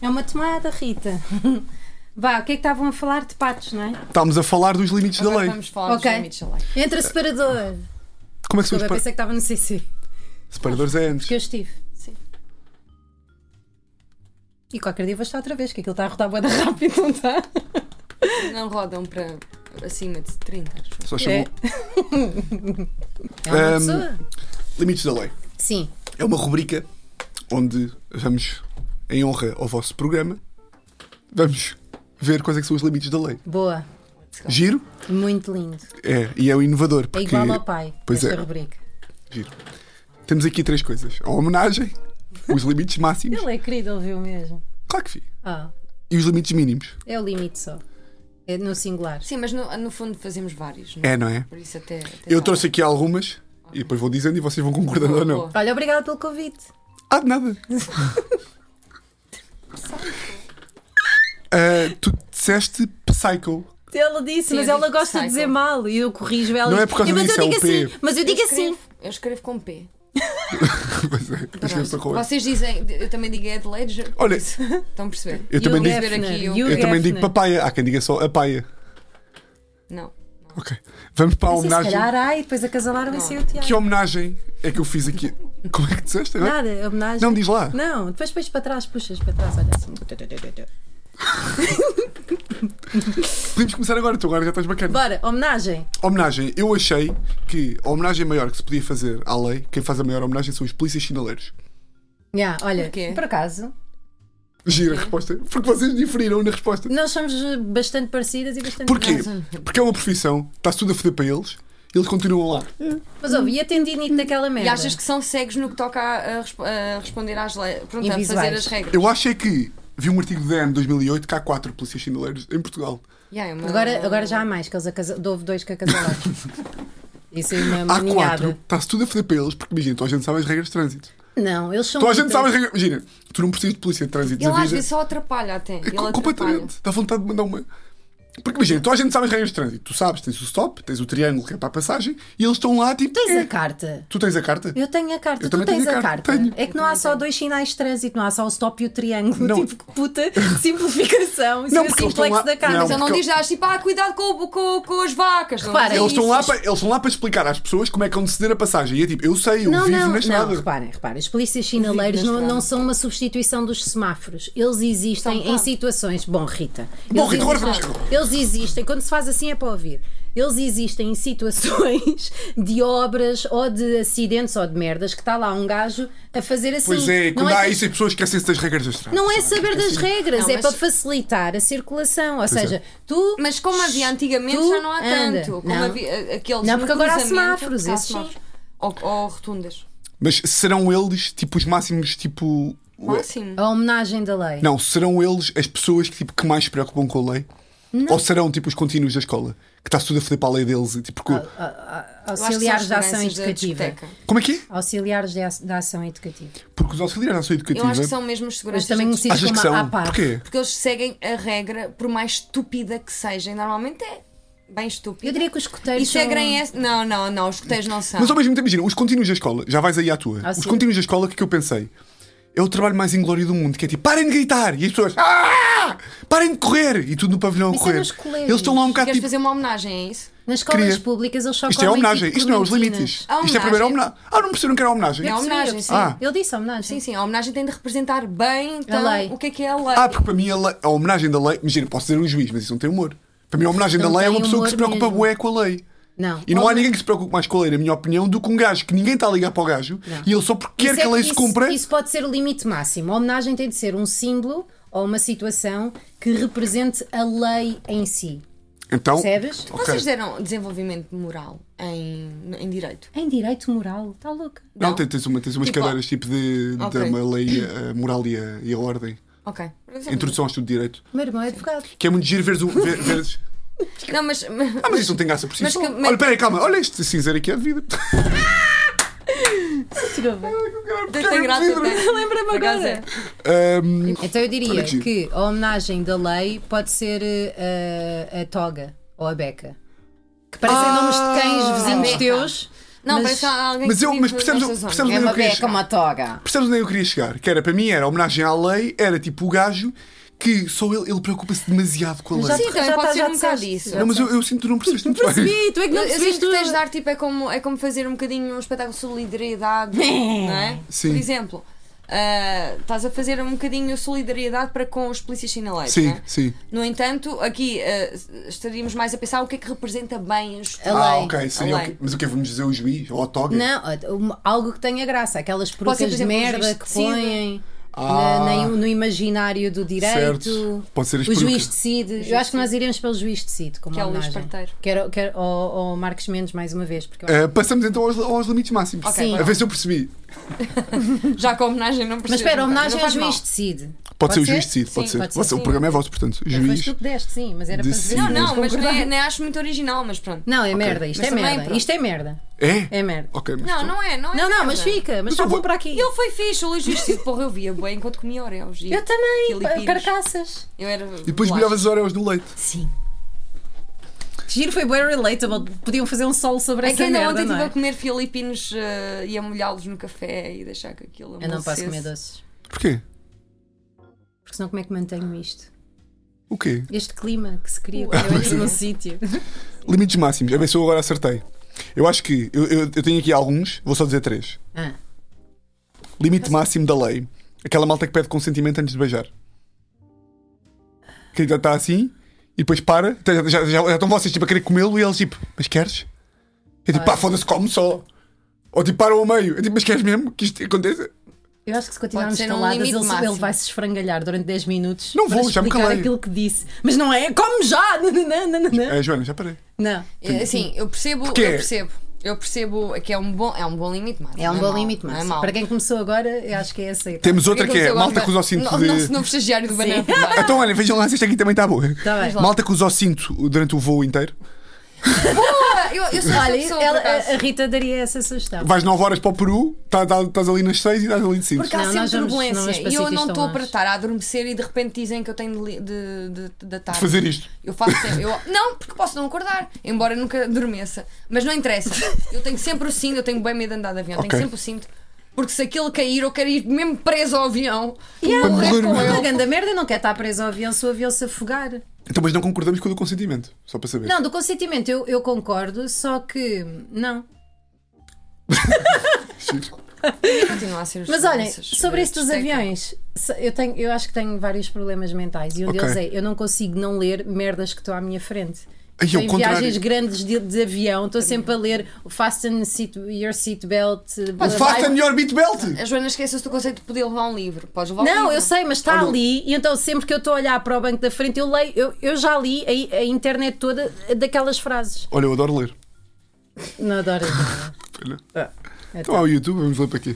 C: É uma tomada, Rita. (laughs) Vá, o que é que estavam a falar de patos, não é?
A: Estávamos a falar dos limites da
B: Agora
A: lei.
B: vamos falar
C: Ok.
B: dos limites da lei.
C: Entra separador.
A: Como é que são os
C: Desculpa, eu
A: pa-
C: pensei que estava no CC.
A: separadores é antes?
C: Que eu estive. Sim. E qualquer dia vou estar outra vez, que aquilo está a rodar boa rápido, não está?
B: Não rodam para acima de 30. acho.
A: Só chamam
C: É uma
A: Ahm,
C: pessoa?
A: limites da lei.
C: Sim.
A: É uma rubrica onde vamos, em honra ao vosso programa, vamos ver quais é que são os limites da lei.
C: Boa.
A: Giro?
C: Muito lindo.
A: É, e é o inovador.
C: É
A: Porque...
C: igual ao pai,
A: Pois
C: esta
A: é,
C: rubrica.
A: giro. Temos aqui três coisas. A homenagem, os limites máximos,
C: Ele é querido, ele viu mesmo.
A: claro que sim,
C: Ah,
A: e os limites mínimos.
C: é o limite só. É no singular.
B: Sim, mas no, no fundo fazemos vários. não é?
A: É, não é?
B: Por isso até. até
A: Eu
B: dá.
A: trouxe aqui algumas e depois vou dizendo e vocês vão concordando ou não.
B: Boa.
C: Olha, obrigada pelo convite.
A: Ah, de nada. Ah, tu disseste psycho. (laughs)
C: Ela disse,
B: Sim,
C: mas
B: eu
C: ela
B: digo
C: gosta de
B: psycho.
C: dizer mal e eu corrijo ela.
A: Não
C: e-
A: é por causa
C: e, mas
A: disso, é
C: eu
A: o
C: digo
A: P.
C: assim, mas eu
B: Eu
C: digo assim.
B: escrevo, eu escrevo com P.
A: Pois é, eu escrevo só com esse.
B: Vocês dizem, eu também digo Ed Ledger.
A: Olha,
B: isso. Estão a perceber?
A: eu também
B: Hugh
A: digo-
B: Hefner,
C: Hefner,
B: Hugh-
C: Hugh-
A: Eu também digo
C: Hefner.
A: papaya. Há quem diga só a paia.
B: Não.
A: Ok. Vamos para a
C: Sim, se
A: homenagem.
C: calhar, ai, depois acasalaram e saiu o
A: Que
C: Tiago.
A: homenagem é que eu fiz aqui? Como é que disseste agora?
C: Nada, homenagem.
A: Não, diz lá.
C: Não, depois pões para trás, puxas para trás, olha assim.
A: Podemos começar agora, tu agora já estás bacana.
C: Bora, homenagem.
A: Homenagem. Eu achei que a homenagem maior que se podia fazer à lei, quem faz a maior homenagem são os polícias sinaleiros.
C: Ya, olha,
B: Porquê?
C: por acaso,
A: Gira a resposta. Porque vocês diferiram na resposta.
C: nós somos eh, bastante parecidas e bastante.
A: Porquê?
C: iguais.
A: Porque é uma profissão, está-se tudo a foder para eles, e eles continuam lá.
C: Mas ouve, e a tendinite daquela merda?
B: E achas que são cegos no que toca a, a respo- a responder às leis. Pronto, a fazer
C: Invisuais.
B: as regras.
A: Eu acho é que vi um artigo do DN de 2008 que há quatro polícias sinaleiros em Portugal.
B: Yeah, é uma-
C: Agora, agora já há mais, que eles acasa... houve dois que
A: (laughs)
C: acasalaram. Isso é uma
A: Há quatro,
C: maninhada.
A: está-se tudo a foder para eles, porque imagina, toda a gente sabe as regras de trânsito.
C: Não, eles são.
A: Toda a gente
C: muito-
A: sabe as regras. Imagina, tu não precisas de polícia de trânsito
B: Ele
A: na
B: às
A: vida.
B: vezes só atrapalha até.
A: É
B: Ele
A: co-
B: atrapalha.
A: completamente. Dá vontade de mandar uma. Porque imagina, toda a gente sabe as regras de trânsito. Tu sabes, tens o stop, tens o triângulo que é para a passagem, e eles estão lá tipo.
C: Tens
A: "Eh,
C: a carta.
A: Tu tens a carta?
C: Eu tenho a carta,
A: Eu
C: tu
A: também
C: tens
A: tenho
C: a
A: a
C: carta.
A: carta, tenho.
C: É que não há só dois sinais de trânsito, não há só o stop e o triângulo.
A: Não.
C: Tipo,
A: (laughs)
C: que puta simplificação. Isso
A: Não,
C: é
A: porque eles estão
C: simplex
A: lá-
C: da carta.
B: Mas ele
A: Não,
B: não
A: porque
B: diz às tipo, ah, cuidado com, o- com, com as vacas. Não
C: Repara,
B: diz
A: Eles estão, lá
B: isso.
A: para, eles estão lá para explicar às pessoas como é que vão ceder a passagem. E é tipo, eu sei, eu
C: não,
A: vivo
C: não,
A: na
C: não,
A: estrada.
C: reparem, reparem. Os polícias sinaleiros
B: Vivo na
C: não,
B: estrada.
C: não são uma substituição dos semáforos. Eles
B: São
C: existem em
B: claro.
C: situações. Bom, Rita.
A: Bom,
C: eles
A: Rita, agora
C: existem-
A: vamos-
C: Eles existem, quando se faz assim é para ouvir. Eles existem em situações (laughs) de obras ou de acidentes ou de merdas que está lá um gajo a fazer assim.
A: Pois é,
C: Não
A: quando há
C: que-
A: isso, as pessoas esquecem-se das regras da estrada.
C: Não é saber das regras,
B: Não,
C: é
B: mas-
C: para facilitar a circulação. Ou seja,
A: é.
C: tu.
B: Mas como havia antigamente,
C: Tu
B: já não há
C: anda.
B: tanto. Como
C: Não.
B: havia eh, aqueles
C: Não, porque
B: no
C: agora há
B: cruzamento,
C: semáforos,
B: porque há
C: esses sim.
B: semáforos. Ou, ou rotundas.
A: Mas serão eles, tipo, os máximos, tipo. o-
B: Máximo.
C: A homenagem da lei.
A: Não, serão eles as pessoas que, tipo, que mais se preocupam com a lei? Ou serão, tipo, os contínuos da escola? Que está tudo a foder para a lei deles? e, Tipo, co-
C: Ah,
B: Eu acho que são as
C: Auxiliares de ação
B: crianças da
C: educativa.
B: discoteca.
A: Como é que é?
C: Auxiliares de a- da ação educativa.
A: Porque os auxiliares da ação
B: Eu
A: educativa.
B: acho que são mesmo os
C: Mas
B: seguranças.
C: também
B: da
C: conhecidos
A: Achas que são?
C: como APAR.
A: Porquê?
B: Porque eles seguem a regra, por mais estúpida que seja, e normalmente é bem estúpida.
C: Eu diria que os escuteiros
B: E seguem
C: são-
B: essa. Não, não, não, os coteiros não são.
A: Mas ao mesmo tempo, imagina, os contínuos da escola, já vais aí à tua.
C: Ah,
A: os
C: sim.
A: contínuos da escola, o que é que eu pensei? É o trabalho mais inglório do mundo, que é tipo, parem de gritar! E as pessoas, "Ah!" parem de correr! E tudo no pavilhão a
C: Isso é
A: correr.
C: nos colégios.
A: Eles estão lá um bocado
B: Queres
A: tipo.
B: fazer uma homenagem a isso?
C: Nas escolas
A: Queria.
C: públicas eles só
A: Isto é
C: comem
A: homenagem,
C: tipo
A: isto não é os
C: clementinas.
A: limites. Ah.
B: A
A: Isto é a primeira
B: homenagem.
A: homenagem. Ah, não perceberam que era homenagem.
B: É
C: Percebi, eu
B: homenagem,
C: percebi.
A: sim.
C: Ele disse homenagem.
B: Sim, sim, a homenagem tem de representar bem então,
C: lei.
B: o que é que é a lei.
A: Ah, porque para mim a, lei- a homenagem da lei. Imagina, posso ser um juiz, mas isso não tem humor. Para mim a homenagem
C: Não
A: da lei é
C: tem
A: uma pessoa que se
C: humor
A: preocupa
C: mesmo.
A: bué com a lei.
C: Não.
A: E não há ninguém que se preocupe mais com a lei, na minha opinião, do que um gajo que ninguém está a ligar para o gajo e ele só porque quer
C: Isso
A: que a
C: é-
A: lei se
C: isso-
A: cumpra.
C: Isso pode ser o limite máximo. A homenagem tem de ser um símbolo ou uma situação que represente a lei em si.
A: Então,
C: Percebes?
A: Ok.
B: Vocês deram desenvolvimento moral em, em direito?
C: Em direito moral, está louca.
A: não, tens, tens uma, tens umas
B: Tipo,
A: cadeiras tipo de, de
B: ok.
A: uma lei, a moral e a, e a ordem.
B: Ok.
A: Introdução ao estudo de direito.
C: O meu irmão é advogado.
A: Que é muito giro veres. o-
B: (laughs)
A: ver- veres-
B: Não, mas.
A: Ah, mas isto não tem graça por si
B: Mas
A: só.
B: que- mas-
A: Olha, peraí, calma. Olha este cinzeiro aqui é de
B: (laughs)
A: vida. é
B: Tem
A: (laughs)
B: graça, tem.
C: Lembra-me
B: Por acaso é.
A: Ahm,
C: Então eu diria
A: Olha que giro.
C: que a homenagem da lei pode ser eh, a, a toga ou a beca. Que parecem
A: Ah!
C: nomes de cães vizinhos
B: Beca.
C: teus.
B: Não,
C: Mas-
B: mas, parece alguém
A: mas
B: que
A: eu-
B: vive
A: mas
B: na
A: percebes-
B: nossa zona.
A: percebes-
C: É uma
A: Eu queria
C: beca,
A: chegar- (laughs)
C: uma toga.
A: Percebes onde é que eu queria chegar? Que era, para mim, era homenagem à lei, era tipo o gajo que só ele, ele preocupa-se demasiado com a lei.
B: Sim, também
C: Já
B: pode
C: tá-
B: ser
C: já
B: um bocado
C: disseste.
B: isso.
A: não, mas eu, eu sinto que tu não percebeste muito bem.
C: Percebi, tu é que
B: Eu,
C: não
B: eu sinto
C: percebes
B: que
C: tudo.
B: tens de dar tipo, é como, é como fazer um bocadinho um espetáculo de
C: (laughs)
B: solidariedade, não é?
A: Sim.
B: Por exemplo, ah, estás a fazer um bocadinho solidariedade para com os polícias sinaleiros,
A: Sim,
B: não é?
A: sim.
B: No entanto, aqui ah, estaríamos mais a pensar o que é que representa bem os.
C: A
A: Ah,
C: lei.
A: ok. Seria
B: A
A: o
B: lei.
A: quê? Mas o que Vamos dizer o juiz? Ou a toga?
C: Não, um- algo que tenha graça. Aquelas
B: Pode ser, por
C: perucas de
B: exemplo, um
C: merda
B: juiz de
C: que
B: decide.
C: põem
A: Ah.
C: na- na- no imaginário do direito.
A: Certo. Pode ser as
C: O
A: perucas.
C: juiz decide. Eu acho que nós iremos pelo juiz decide, como
B: Que é o Luís
C: homenagem.
B: Parteiro.
C: Quero, quero, ou, ou Marcos Mendes, mais uma vez. Porque eu acho
A: Ah, passamos então aos, aos limites máximos.
B: Ok, Sim.
A: A ver se eu percebi.
B: Já com a homenagem não
C: Mas
B: percebo.
C: espera, a homenagem
B: Não
C: ao
B: faz
C: juiz
B: mal.
C: decide.
A: Pode, ser o juiz decide, pode
B: Sim,
A: ser.
C: pode ser,
A: Você-
B: sim.
A: O programa é vosso, portanto.
C: Foste
A: Juiz.
C: tu que deste, sim, mas é, era
A: decide.
C: para
B: Não,
C: dizer.
B: não, mas
C: Concordar.
B: nem, nem acho muito original, mas pronto.
C: Não, é merda, isto
B: Mas
C: é
B: também,
C: merda.
B: pronto.
C: Isto é merda.
A: É?
C: É merda.
A: Ok, mas
B: Não,
A: tu-
B: não é, não é.
C: Não, não,
B: merda.
C: mas fica, mas
A: eu
C: está
A: Então vou-
C: bom para aqui.
B: Ele foi fixe, o Luís Justiça. Porra, eu via bem enquanto comia Oreos. e
C: Eu também,
B: filipinos.
C: carcaças.
B: Eu era.
A: E depois molhavas as orelhas no leite.
B: Sim.
C: Giro foi bem relatable. Podiam fazer um solo sobre
B: É que
C: essa
B: ainda
C: merda,
B: ontem
C: não
B: estive a
C: é?
B: comer filipinos eh, e a molhá-los no café e deixar que aquilo
C: Eu não posso
B: amolecesse.
C: comer doces.
A: Porquê?
C: Porque senão como é que mantenho isto?
A: O quê?
C: Este clima que se cria quando
A: (laughs)
C: eu entro num sítio.
A: Limites máximos. A ver se eu agora acertei. Eu acho que. Eu, eu- eu tenho aqui alguns, vou só dizer três.
C: Ah,
A: Limite máximo da lei. Aquela malta que pede consentimento antes de beijar. Que ainda está assim e depois para. Então, Já, já- já- já estão vocês tipo, a querer comê-lo e eles tipo, mas queres? É tipo, pá, foda-se, come só. Ou tipo, param ao meio. É tipo, mas queres mesmo que isto aconteça?
C: eu acho que se continuarmos
B: ser um
C: caladas,
B: limite
C: ele,
B: máximo.
C: ele vai se esfrangalhar durante 10 minutos.
A: Não
C: para
A: vou, já me
C: explicar
A: calei.
C: aquilo que disse. Mas não é, come já! (laughs) Não, não, não, não, não.
A: Eh, Joana, já parei.
C: não.
B: Eh, Assim, eu percebo, eu
A: Porquê?
B: percebo. Eu percebo que é um bom, é um bom limite máximo.
C: É um
B: não
C: bom
B: mau,
C: limite,
B: não é
C: mas
B: mau.
C: para quem começou agora, eu acho que é essa.
A: Temos outra que
B: Quem
A: é
B: começou
A: malta
B: agora
A: que usa o
B: no-
A: cinto
B: no-
A: de.
B: Nosso novo estagiário do Banana
A: (laughs)
B: Republic.
A: Então, olha, vejam lá se esta aqui também está boa.
C: Tá bem.
A: Malta que usa o cinto durante o voo inteiro.
B: Ah, Eu, eu sou essa
C: Olha,
B: pessoa,
C: ela-
B: por acaso.
C: a, a Rita daria essa sugestão.
A: Vais 9 horas para o Peru, tá- tá- estás ali nas 6 e estás ali de 5.
B: Porque
C: Não,
B: há sempre
C: nós vamos- não vamos
B: turbulência
C: para
B: e eu
C: sítios
B: não
C: tão
B: estou
C: longe.
B: para estar a adormecer e de repente dizem que eu tenho de, li- de, de, de tarde.
A: Fazer isto.
B: Eu faço sempre. eu- não, porque posso não acordar, embora nunca adormeça. Mas não interessa. Eu tenho sempre o cinto, eu tenho bem medo de andar de avião,
A: Ok.
B: tenho sempre o cinto. Porque se aquilo cair, eu quero ir mesmo preso ao avião. E
A: Para morrer
B: com
A: mesmo.
C: é Uma
B: ele.
C: grande merda não quer estar preso ao avião se o avião se afogar.
A: Então, mas não concordamos com o do consentimento, só para saber.
C: Não, do consentimento eu, eu concordo, só que não.
A: é
B: (laughs) Continua a ser os
C: Mas olhem,
B: seguranças,
C: sobre isso dos
B: seca.
C: aviões, se- eu, tenho, eu acho que tenho vários problemas mentais e um
A: Ok.
C: deles é eu não consigo não ler merdas que estão à minha frente.
A: Ai,
C: Estou
A: ao
C: em
A: contrário.
C: viagens grandes de, de avião, estou sempre a ler o Fasten seat- Your Seatbelt.
A: O Fasten Your Beat Belt!
B: A Joana esquece-se do conceito de poder levar um livro. Podes levar um
C: Não,
B: livro.
C: eu sei, mas está
A: Olha-
C: ali, e então sempre que eu estou a olhar para o banco da frente, eu leio, eu, eu já li a, a internet toda daquelas frases.
A: Olha, eu adoro ler.
C: Não (laughs) adoro.
A: Olha. Então, ao YouTube, vamos ler para aqui.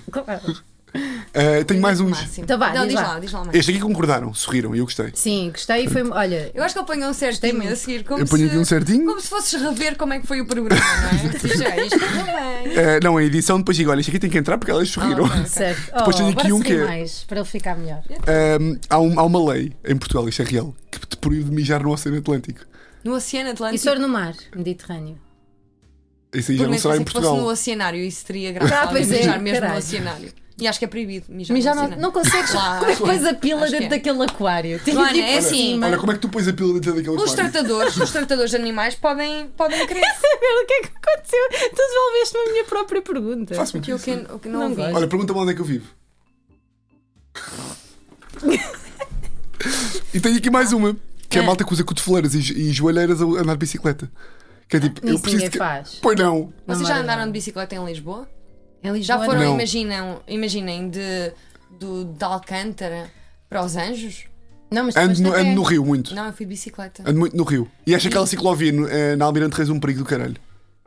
A: Eh, tenho mais uns.
B: Máximo.
C: Então vá,
B: não, diz,
C: diz lá.
B: lá, diz lá mais.
A: Este aqui concordaram, sorriram e eu gostei.
C: Sim, gostei e foi. Olha,
B: Eu acho que eu ponho um certinho
C: muito.
B: a seguir. Como
A: Eu ponho
B: se,
A: aqui um certinho.
B: Como se fosses rever como é que foi o programa,
C: (laughs)
B: não é? Diz, "Ah, isto correu bem.
A: Eh, não, a edição depois digo, olha, isto aqui tem que entrar porque elas sorriram.
B: Ah,
C: certo.
A: Depois
C: oh,
A: tenho aqui
C: bora
A: um que
C: seguir
A: é-
C: mais, para ele ficar melhor.
A: Ehm, há, um- há uma lei em Portugal, isto é real, que te proíbe de mijar no Oceano Atlântico.
B: No Oceano
C: E
B: Atlântico.
C: se for no mar Mediterrâneo?
A: Isso aí já
B: Por
A: não
B: menos
A: será em
B: que fosse no
A: Portugal.
B: oceanário, isso teria graça.
C: Ah,
B: Alguém
C: pois é,
B: mijar mesmo
C: caralho.
B: no oceanário. E acho que é proibido mijar
C: Mas já
B: no
C: não,
B: oceanário.
C: não consegues.
B: Claro,
C: como é que
B: acho
C: pões
B: que é.
C: a pila
B: Acho que
C: dentro
B: é.
C: daquele aquário? Tem
B: Joana,
C: de ir
B: é
C: para
B: assim,
C: cima. (laughs)
A: Olha, como é que tu pões a pila dentro daquele
B: Os
A: aquário?
B: tratadores, os tratadores de animais podem, podem querer.
C: saber o que é que aconteceu. Tu devolveste-me a minha própria pergunta.
A: Faço muito
B: Que eu
A: isso.
B: que, o que não,
C: Não
B: ouvi.
C: gosto.
A: Olha, pergunta-me onde é que eu
C: (laughs)
A: vivo.
C: Ah.
A: e tenho aqui mais uma, que é a malta que usa cotoveleiras e, jo- e joelheiras a andar de bicicleta. Que é tipo, eu
C: Ah, Isso
A: preciso.
C: ninguém
A: que-
C: faz.
A: Pois não.
B: Vocês já
C: Namorada.
B: andaram de bicicleta em Lisboa?
C: Em
B: Já
C: Lisboa,
B: foram,
A: Não.
B: imaginam, imaginem, de, do, de Alcântara para os Anjos?
C: Não, mas
A: Ando
C: mas
A: no,
C: também- é-
A: ando no Rio muito.
B: Não, eu fui de bicicleta.
A: Ando muito no Rio. E acho aquela ciclovia no- eh, na Almirante Reis um perigo do caralho.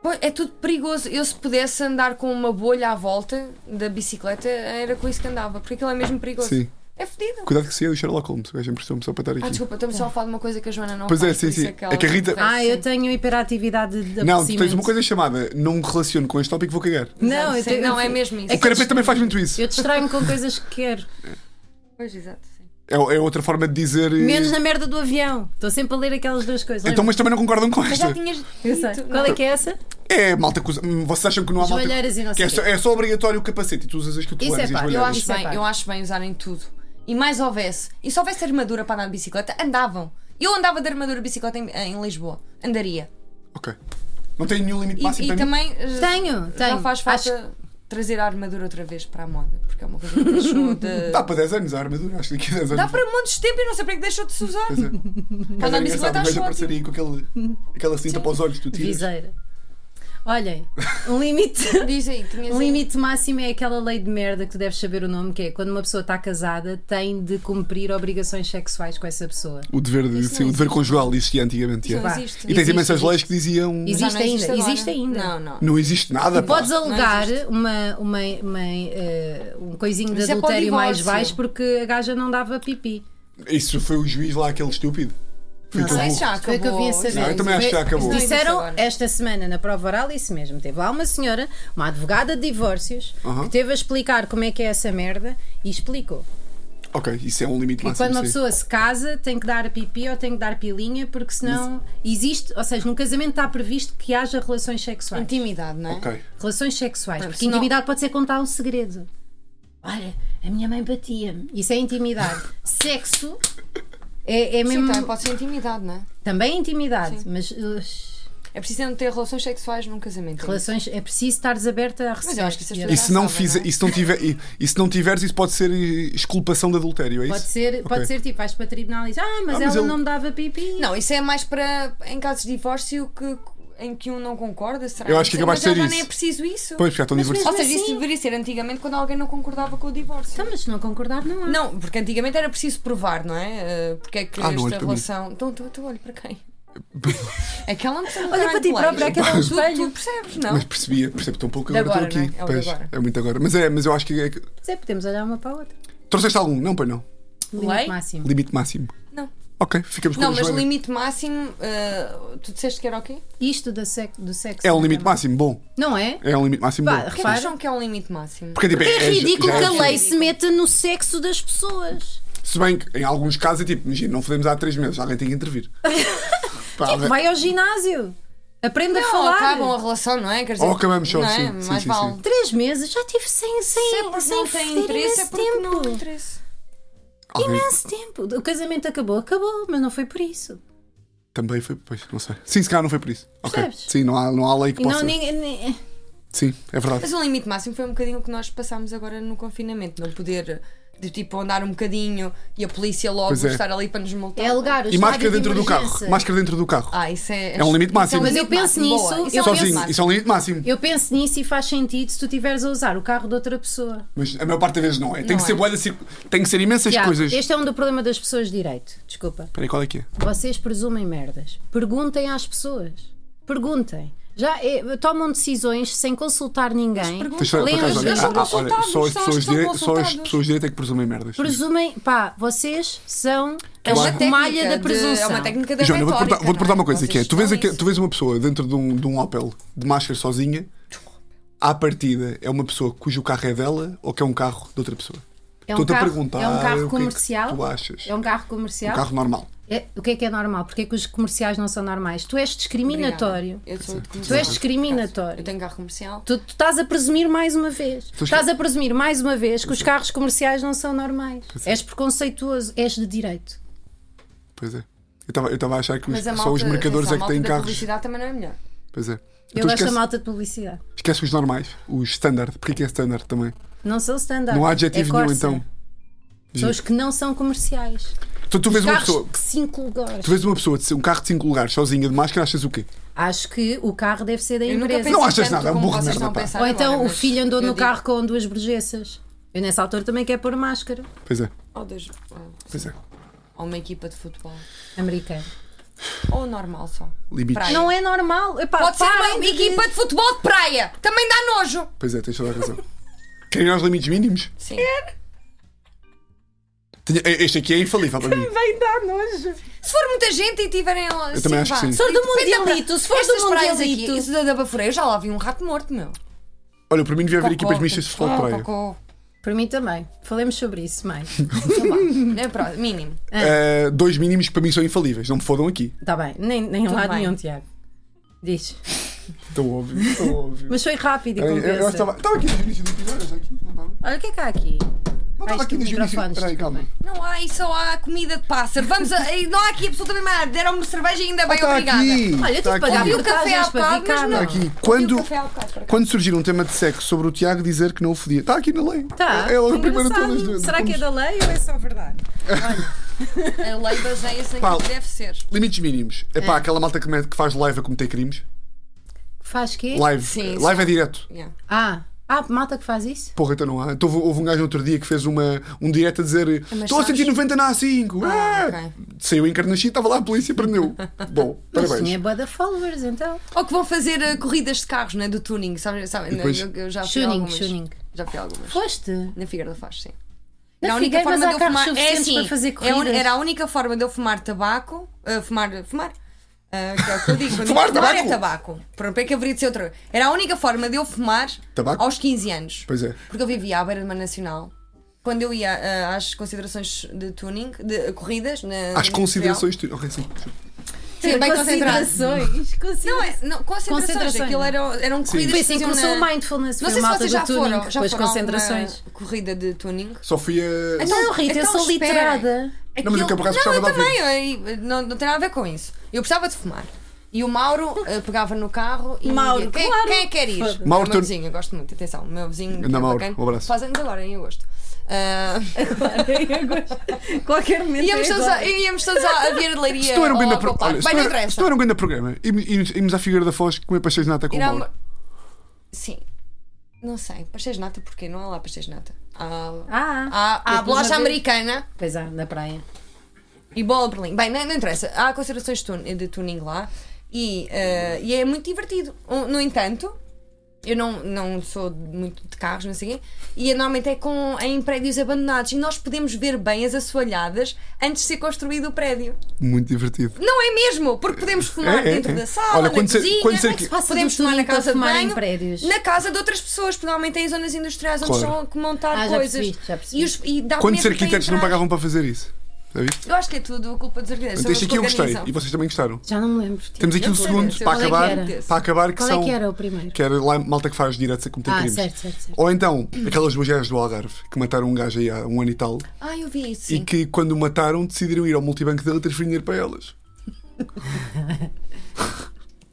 B: Pois, é tudo perigoso. Eu, se pudesse andar com uma bolha à volta da bicicleta, era com isso que andava, porque aquilo é mesmo perigoso.
A: Sim.
B: É fedido.
A: Cuidado que se é o Sherlock Holmes. O gajo emprestou-me só para estar aqui.
B: Ah, desculpa, estamos só a falar de uma coisa que a Joana não
A: Pois é,
B: faz, por
A: sim,
B: isso
A: sim.
B: que ela
A: É que a Rita-
B: confessa.
C: Ah, eu tenho hiperatividade de
A: não, tu tens
C: abastecimento.
A: uma coisa chamada não me relaciono com este tópico, vou cagar.
C: Não,
B: Exato,
C: eu
B: sim.
C: tenho-
B: Não, é mesmo isso.
A: O carapete também faz muito isso.
C: Eu distraio-me com coisas que quero.
B: Pois, exato. sim.
A: É, é outra forma de dizer. eh,
B: Hum.
C: Menos na merda do avião. Estou sempre a ler aquelas duas coisas.
A: Então, mas também não concordam com
B: Mas
A: esta.
B: já tinhas.
C: Eu sei.
B: dito,
C: Qual
B: não?
C: é que é essa?
A: É malta que usa. hum, Vocês acham que não há malta.
C: Joalheiras e não
A: que
C: sei
A: é,
C: quê.
A: só, é só obrigatório o capacete e tu usas as que tu
C: Isso é
A: leves e as
C: pá, eu
B: Eu
A: joelheiras.
B: acho,
C: Isso é
B: bem,
C: pá.
B: eu acho bem usarem tudo. E mais houvesse. E se houvesse armadura para andar de bicicleta, andavam. Eu andava de armadura de bicicleta em, em Lisboa. Andaria.
A: Ok. Não tem nenhum limite
B: E,
A: máximo.
B: e
A: para mim.
B: também. eh,
C: Tenho, tenho.
B: Não faz falta trazer a armadura outra vez para a moda, porque é uma coisa que
C: (laughs)
B: deixou
C: Tá
B: de.
A: Dá para 10 anos a armadura, acho que daqui a 10 anos.
B: Dá para montes de tempo e não sei para que deixou de se usar.
A: Pois é. Mas
B: Andar
A: era
B: de
A: engraçado,
B: bicicleta
A: o gajo
B: acho
A: aparecer
B: ótimo.
A: aí com aquele, aquela cinta para os olhos
B: é
A: que tu tiras.
C: Viseira. Olhem,
B: (laughs)
C: um limite.
B: Diz aí, tinhas
C: Um
B: aí.
C: limite máximo é aquela lei de merda que tu deves saber o nome, que é quando uma pessoa está casada tem de cumprir obrigações sexuais com essa pessoa.
A: O dever, de, sim, o dever conjugal existia antigamente.
B: Isso
A: é.
B: não
C: Vá.
B: existe.
A: E tens
C: Existe,
A: imensas
C: existe.
A: leis que diziam.
C: Existe.
B: Já não
C: ainda,
B: agora.
C: existe ainda.
B: Não, não.
A: Não existe nada. pá.
C: Podes alegar
B: existe.
C: uma, uma, uma, eh, um coisinho de
B: Mas isso é para o
C: adultério mais
B: divórcio.
C: baixo porque a gaja não dava pipi.
A: Isso foi o juiz lá, aquele estúpido. Foi
B: Não,
A: aquele
B: isso já
A: burro.
B: acabou.
C: Foi o que eu vim a saber.
A: Não, eu também acho que já
C: Foi-
A: acabou.
B: Isso
C: Disseram
B: agora.
C: esta semana na prova oral isso mesmo. Teve lá uma senhora, uma advogada de divórcios,
A: Aham.
C: que teve a explicar como é que é essa merda e explicou.
A: Ok, isso é um limite
C: E
A: máximo.
C: quando uma
A: sim.
C: pessoa se casa, tem que dar pipi ou tem que dar pilinha, porque senão existe, ou seja, num casamento está previsto que haja relações sexuais.
B: Intimidade, não é?
A: Ok.
C: Relações sexuais, porque
B: senão-
C: intimidade pode ser contar um segredo. Olha, a minha mãe batia-me. Isso é
B: (laughs)
C: intimidade. Sexo é, é
B: Sim,
C: mesmo.
B: também pode ser intimidade, não é?
C: Também é intimidade, mas uh,
B: É preciso não ter relações sexuais num casamento.
C: relações. É preciso estares aberta a receber.
B: eu acho que isso as
C: e a
A: E
B: pessoas
A: se não,
B: Já sabe,
A: fizer,
B: não é?
A: e se não, tiver, e, e se não tiveres, isso pode ser eh, exculpação de adultério, é isso?
C: Pode ser, pode
A: Ok.
C: ser tipo, vais para tribunal e diz, ah, mas
A: Ah, mas
C: ela
A: ele-
C: não me dava pipi.
B: Não, isso é mais para em casos de divórcio que, em que um não concorda, será?
A: Eu acho que
B: Mas
A: acabaste de
B: já
A: dizer
B: nem é
A: isso.
B: preciso isso.
A: Pois, já estão
C: Mas
A: diversos.
B: Ou seja, isso
C: assim-
B: deveria ser antigamente quando alguém não concordava com o divórcio.
C: Então, mas se não concordar, não há.
B: Não, porque antigamente era preciso provar, não é? Eh, Porque é que
A: Ah, não olho
B: esta
A: para mim.
B: relação. Então, tu, tu olho para quem?
C: assim,
B: Aquela não precisa
C: Olha para ti própria, aquele é
B: tu,
C: um espelho.
B: tu percebes,
A: (laughs)
B: não?
A: Mas percebia, percebo tão pouco,
B: De
A: agora,
B: agora,
A: estou aqui.
B: não é? É o de
A: Pois,
B: agora.
A: é muito agora. Mas é, mas eu acho que. É... que-
C: Mas é, podemos olhar uma para a outra.
A: Trouxeste algum? Não, pois não.
C: Limite
B: Lei?
C: máximo.
A: Limite máximo.
B: Não.
A: Ok, ficamos com
B: Não,
A: a
B: mas
A: Joana.
B: limite máximo. eh, tu disseste que era o quê?
C: Isto do sexo, do sexo
A: É um limite máximo bom.
C: Não é?
A: É um limite máximo
C: Pá,
A: bom.
B: O que é que
C: Repara.
B: acham que é um limite máximo?
A: Porque, tipo,
C: Porque é ridículo
A: já
C: que a
A: absurdo.
C: lei se meta no sexo das pessoas.
A: Se bem que em alguns casos é tipo, imagina, não fodemos há 3 meses, alguém tem que
C: (laughs)
A: intervir. Pá, alguém-
C: Tipo, É Vai ao ginásio. Aprende a
B: Não,
C: falar.
B: acabam a relação, não é? Quer dizer,
A: Ou Oh, acabamos só,
B: não é?
A: sim, sim,
B: Mais
A: sim,
B: vale.
A: sim.
C: Três meses, já tive sem, sem,
B: Se é porque
C: sem
B: não tem
C: foder
B: interesse, é
C: imenso
B: porque não
C: tempo.
B: há interesse.
A: alguém-
C: Imenso tempo. O casamento acabou, acabou, mas não foi por isso.
A: Também foi, pois, não sei. Sim, se calhar não foi por isso. Ok.
C: Percebes?
A: Sim, não há, não há lei que
C: E não,
A: possa.
C: ninguém, nem-
A: Sim, é verdade.
B: Mas o limite máximo foi um bocadinho o que nós passámos agora no confinamento. Não poder, de tipo, andar um bocadinho e a polícia logo
A: Pois é.
B: estar ali para nos multar.
C: é alegar o
A: E
C: estado
A: máscara
C: de
A: dentro do
C: emergência.
A: carro. Máscara dentro do carro.
B: Ah, isso é.
A: É um limite
B: isso
A: máximo. Mas
C: eu
B: limite
C: penso
B: máximo.
C: nisso,
B: Boa. Isso
C: eu
B: é um limite
A: Sozinho,
B: máximo.
A: isso é um limite máximo.
C: Eu penso nisso e faz sentido se tu estiveres a usar o carro de outra pessoa.
A: Mas a maior parte das vezes não é. Tem
B: Não
A: que ser
B: é.
A: boa, tem que ser imensas
C: Tiago,
A: coisas.
C: Este é um do problema das pessoas de direito. Desculpa.
A: Peraí, qual é que é?
C: Vocês presumem merdas. Perguntem às pessoas. Perguntem. Já é- tomam decisões sem consultar ninguém.
B: perguntem.
A: Tens- por
C: Leem
A: acaso,
C: as-
A: olha,
B: eles são
A: ah, ah, olha,
B: consultados,
A: só as
B: são
A: pessoas
B: as que
A: direito-
B: são
A: só as
B: consultadas.
A: pessoas direito é que presumem merdas.
C: Presumem, pá, vocês são
B: É uma
C: a malha
B: técnica
C: da presunção.
B: De, é uma técnica da
A: Joana, vou-te
B: retórica,
A: perguntar, vou-te perguntar uma
B: não é?
A: coisa: que é,
B: Vocês
A: tu vês,
B: estão
A: aqui-
B: nisso.
A: tu vês uma pessoa dentro de um, de um Opel de máscara sozinha, à partida é uma pessoa cujo carro é dela ou que é um carro de outra pessoa?
C: É um
A: Estou-te a
C: carro-
A: perguntar.
C: é um carro
A: o que que
C: comercial?
A: tu achas?
C: É um carro
A: Um
C: comercial.
A: carro normal.
C: É- o que é que é normal? Porquê é que os comerciais não são normais? Tu és discriminatório.
B: Obrigada. Eu sou de
C: Tu és
B: comercial. Eu
C: discriminatório.
B: tenho carro comercial.
C: Tu, tu estás a presumir mais uma vez.
A: Tu
C: estás a presumir mais uma vez que os carros comerciais não são normais. És preconceituoso, és de direito.
A: Pois é. Eu estava- Eu estava a achar que os-
B: Mas a malta,
A: só os mercadores
B: atenção,
A: é
B: a
A: que
B: malta
A: têm
B: da
A: carros.
B: publicidade também não é melhor.
A: Pois é.
C: Eu
A: Então
C: gosto da
A: esquece,
C: malta de publicidade.
A: esquece os normais, os standard. Porquê que é standard também?
C: Não são standard.
A: Não há
C: é
A: adjetivo nenhum
C: Corsa.
A: então.
C: São os que não são comerciais.
A: Então tu vês uma
C: Carros
A: pessoa.
C: de 5 lugares.
A: Tu vês uma pessoa, de- um carro de 5 lugares, sozinha, de máscara, achas o quê?
C: Acho que o carro deve ser da
B: Eu nunca
C: empresa.
B: pensei
A: Não achas
B: tanto
A: nada, é um
B: como
A: burro de
B: vocês
A: merda,
B: estão a
A: pá.
B: pensar
C: Ou
B: agora,
C: então o
B: mas
C: filho andou
B: eu
C: no
B: digo-
C: carro com duas burguesas. Eu nessa altura também quero pôr máscara.
A: Pois é,
B: Ou, das- ou-
A: pois é.
B: ou "Oh, uma equipa de futebol.
C: Americana.
B: Ou normal só.
A: Limites.
B: Praia.
C: Não é normal. Epá,
B: Pode ser uma
C: parem de-
B: equipa de futebol de praia. Também dá nojo.
A: Pois é, tens toda a razão. Querem ir aos limites mínimos?
B: Sim.
A: Tenho- Este aqui é infalível
C: (laughs)
A: para mim.
B: Se for muita gente e tiverem. assim, Eu
A: também acho que sim. Se
C: for do Mundialito, se for do
B: Estas praias aqui,
C: Mundialito.
B: isso da, da Bafureira, eu já lá vi um rato morto, meu.
A: Olha, para mim devia haver
B: Cocó,
A: equipas mistas de futebol de
B: cocó,
A: praia.
B: cocó.
C: Para mim também. Falemos sobre isso
B: (laughs)
C: mais.
B: Não é pra- Mínimo.
A: Ah, dois mínimos que para mim são infalíveis, não me fodam aqui.
C: Está Tá bem. Nem, nem um
B: Tudo
C: lado
B: bem.
C: nenhum, Tiago. Diz.
A: Tão óbvio,
C: (laughs)
A: tão óbvio.
C: Mas foi rápido e
A: Peraí, eu- eu
C: compensa.
A: estava estava aqui nos inícios do episódio, já aqui, não estava?
C: Olha o que é que há aqui.
A: Não
C: Ai,
A: estava aqui
C: isto
A: nos
C: dos
A: inícios.
C: microfones,
A: Peraí, calma.
B: Não há, e só há comida de pássaro. Vamos a- e Não há aqui absolutamente mais nada. Deram-me cerveja e ainda bem,
A: Está
B: obrigada.
A: Ah, tá aqui.
C: Olha, eu
A: está
C: tive de pagar
A: Tá aqui. Tá
B: Vi o
C: por
B: café
C: causa
B: há bocado, mas não.
C: para ficar,
A: aqui.
B: Vi o
C: um
A: Quando,
B: café há bocado, por acaso.
A: quando surgir um tema de sexo sobre o Tiago dizer que não o fodia. Está aqui na lei.
C: Tá.
A: É logo a primeira de
C: engraçado.
A: todas. de- de
C: Será que é
A: como-
C: da lei ou é só verdade? (laughs)
B: A lei baseia-se em
A: Pá,
B: que deve ser.
A: Limites mínimos. É pá, aquela malta que, mete- que faz live a cometer crimes.
C: Faz quê?
A: Live.
B: Sim,
A: live
B: sim.
A: é direto.
B: Yeah.
C: Ah, ah, malta que faz isso?
A: Porra, então não há. Então, houve- houve um gajo no outro dia que fez uma, um direto a dizer Estou a
B: sabes-
A: sentir 90 na A5. Ah,
B: ok.
A: Saiu em Carnaxi, estava lá a polícia e prendeu. Bom,
C: Mas
A: parabéns.
C: tinha é bué de followers, então.
B: Ou que vão fazer eh, corridas de carros, né? Do tuning, sabem? Sabe, né,
A: depois-
B: eu, eu já fui
C: Tuning,
B: algumas.
C: tuning.
B: Já fui algumas.
C: Foste?
B: Na Figueira da Foz, sim.
C: Na
B: Era a única
C: Figueira,
B: forma
C: mas há
B: de eu
C: carros
B: fumar. É
C: suficientes
B: assim,
C: para fazer
B: é un-
C: corridas.
B: Era a única forma de eu fumar tabaco. ah, fumar. Fumar. ah, que é o que
A: (laughs)
B: eu digo. Quando
A: Fumar
B: digo fumar é
A: tabaco?
B: tabaco. Pronto, é que haveria de ser outra. Era a única forma de eu fumar
A: Tabaco?
B: aos 15 anos.
A: Pois é.
B: Porque eu vivia à beira de uma nacional. Quando eu ia ah, às considerações de tuning, de corridas. Na,
A: Às
B: na
A: considerações. tu- Ok, sim.
B: industrial. Sim,
C: (laughs)
B: bem concentrado.
C: Considerações.
B: Não, é, não, concentrações.
C: Concentrações,
B: Aquilo
C: não. é?
B: era, eram corridas.
C: Foi
B: que
C: assim que
B: faziam
C: começou o
B: na-
C: mindfulness.
B: Não sei
C: foi a
B: se
C: malta
B: vocês
C: do
B: já
C: tuning,
B: foram. Já
C: depois
B: foram a uma
C: concentrações.
B: corrida de tuning.
A: Só fui a.
C: Não, Rita, eu
B: Então,
C: sou
B: espera.
C: (laughs) literada.
A: Não, mas eu que por acaso
B: Não,
A: gostava
B: eu
A: de ouvir.
B: também, eu- eu- não, não tem nada a ver com isso. Eu precisava de fumar. E o
C: (laughs)
B: Mauro eh, pegava no carro e
C: Mauro,
B: dizia, quem,
C: claro.
B: quem é que quer ir?
C: Foda-se.
A: Mauro,
B: o
A: tu-
B: meu vizinho, eu gosto muito, atenção, o meu vizinho.
A: Anda,
B: que é
A: Mauro,
B: bacana,
A: um abraço.
B: Faz anos agora, em agosto. Ah,
C: Qualquer momento.
B: Eh, íamos,
C: é
B: todos
C: agora.
B: a, íamos todos a, a ver
A: (laughs)
B: leiria.
A: Se tu era um
B: ou
A: grande
B: ao
A: pro-
B: Copar.
A: olha, se
B: Bem,
A: tu
B: oh, não
A: era- se tu
B: interessa.
A: era um grande programa, íamos íamos à Figueira da Foz comer pastéis de nata com o
B: Ir à
A: Mauro.
B: ma- Sim. Não sei, pastéis de nata, porquê? Não há lá pastéis de nata. Há,
C: Ah,
B: há, há
C: Eu fui uma
B: bolacha
C: vez-
B: americana.
C: pois há, na praia.
B: E bola de Berlim. Bem, não, não interessa. Há considerações de tun- de tuning lá e, eh, e é muito divertido. Um, No entanto, eu não, não sou muito de carros, não sei o quê, e normalmente é com, em prédios abandonados e nós podemos ver bem as assoalhadas antes de ser construído o prédio.
A: Muito divertido.
B: Não é mesmo? Porque podemos fumar
A: É, é,
B: dentro
A: é.
B: da sala,
A: Olha,
B: na
A: quando se-
B: cozinha,
A: quando se-
B: Como é que se passa podemos
C: Podemos
B: fumar na
C: tuning para
B: casa de
C: fumar em
B: banho,
C: prédios.
B: na casa de outras pessoas, porque normalmente tem zonas industriais onde
A: Claro.
B: estão a montar
C: Ah, já
B: coisas.
C: percebi, já percebi.
B: E os, e dá
A: Quantos
B: medo para
A: arquitetos não
B: entrar.
A: pagavam para fazer isso? Sabes?
B: Eu acho que é tudo culpa dos arquitetos.
A: Portanto, este
B: são
A: aqui eu
B: eles que
A: gostei
B: organizam.
A: e vocês também gostaram.
C: Já não me lembro. tipo, Tiago.
A: Temos aqui
B: Eu
A: um
B: sei,
A: segundo
B: eu
A: para
B: sei. Qual é que
A: acabar,
C: era?
A: para acabar que
C: Qual
A: são
C: é que era o primeiro?
A: que era lá malta que faz direto a cometer
C: Ah,
A: crimes.
C: certo, certo, certo.
A: Ou então, aquelas mulheres do Algarve que mataram um gajo aí há um ano e tal
B: Ah, eu vi isso.
A: e que quando o mataram decidiram ir ao multibanco dele e transferir dinheiro para elas.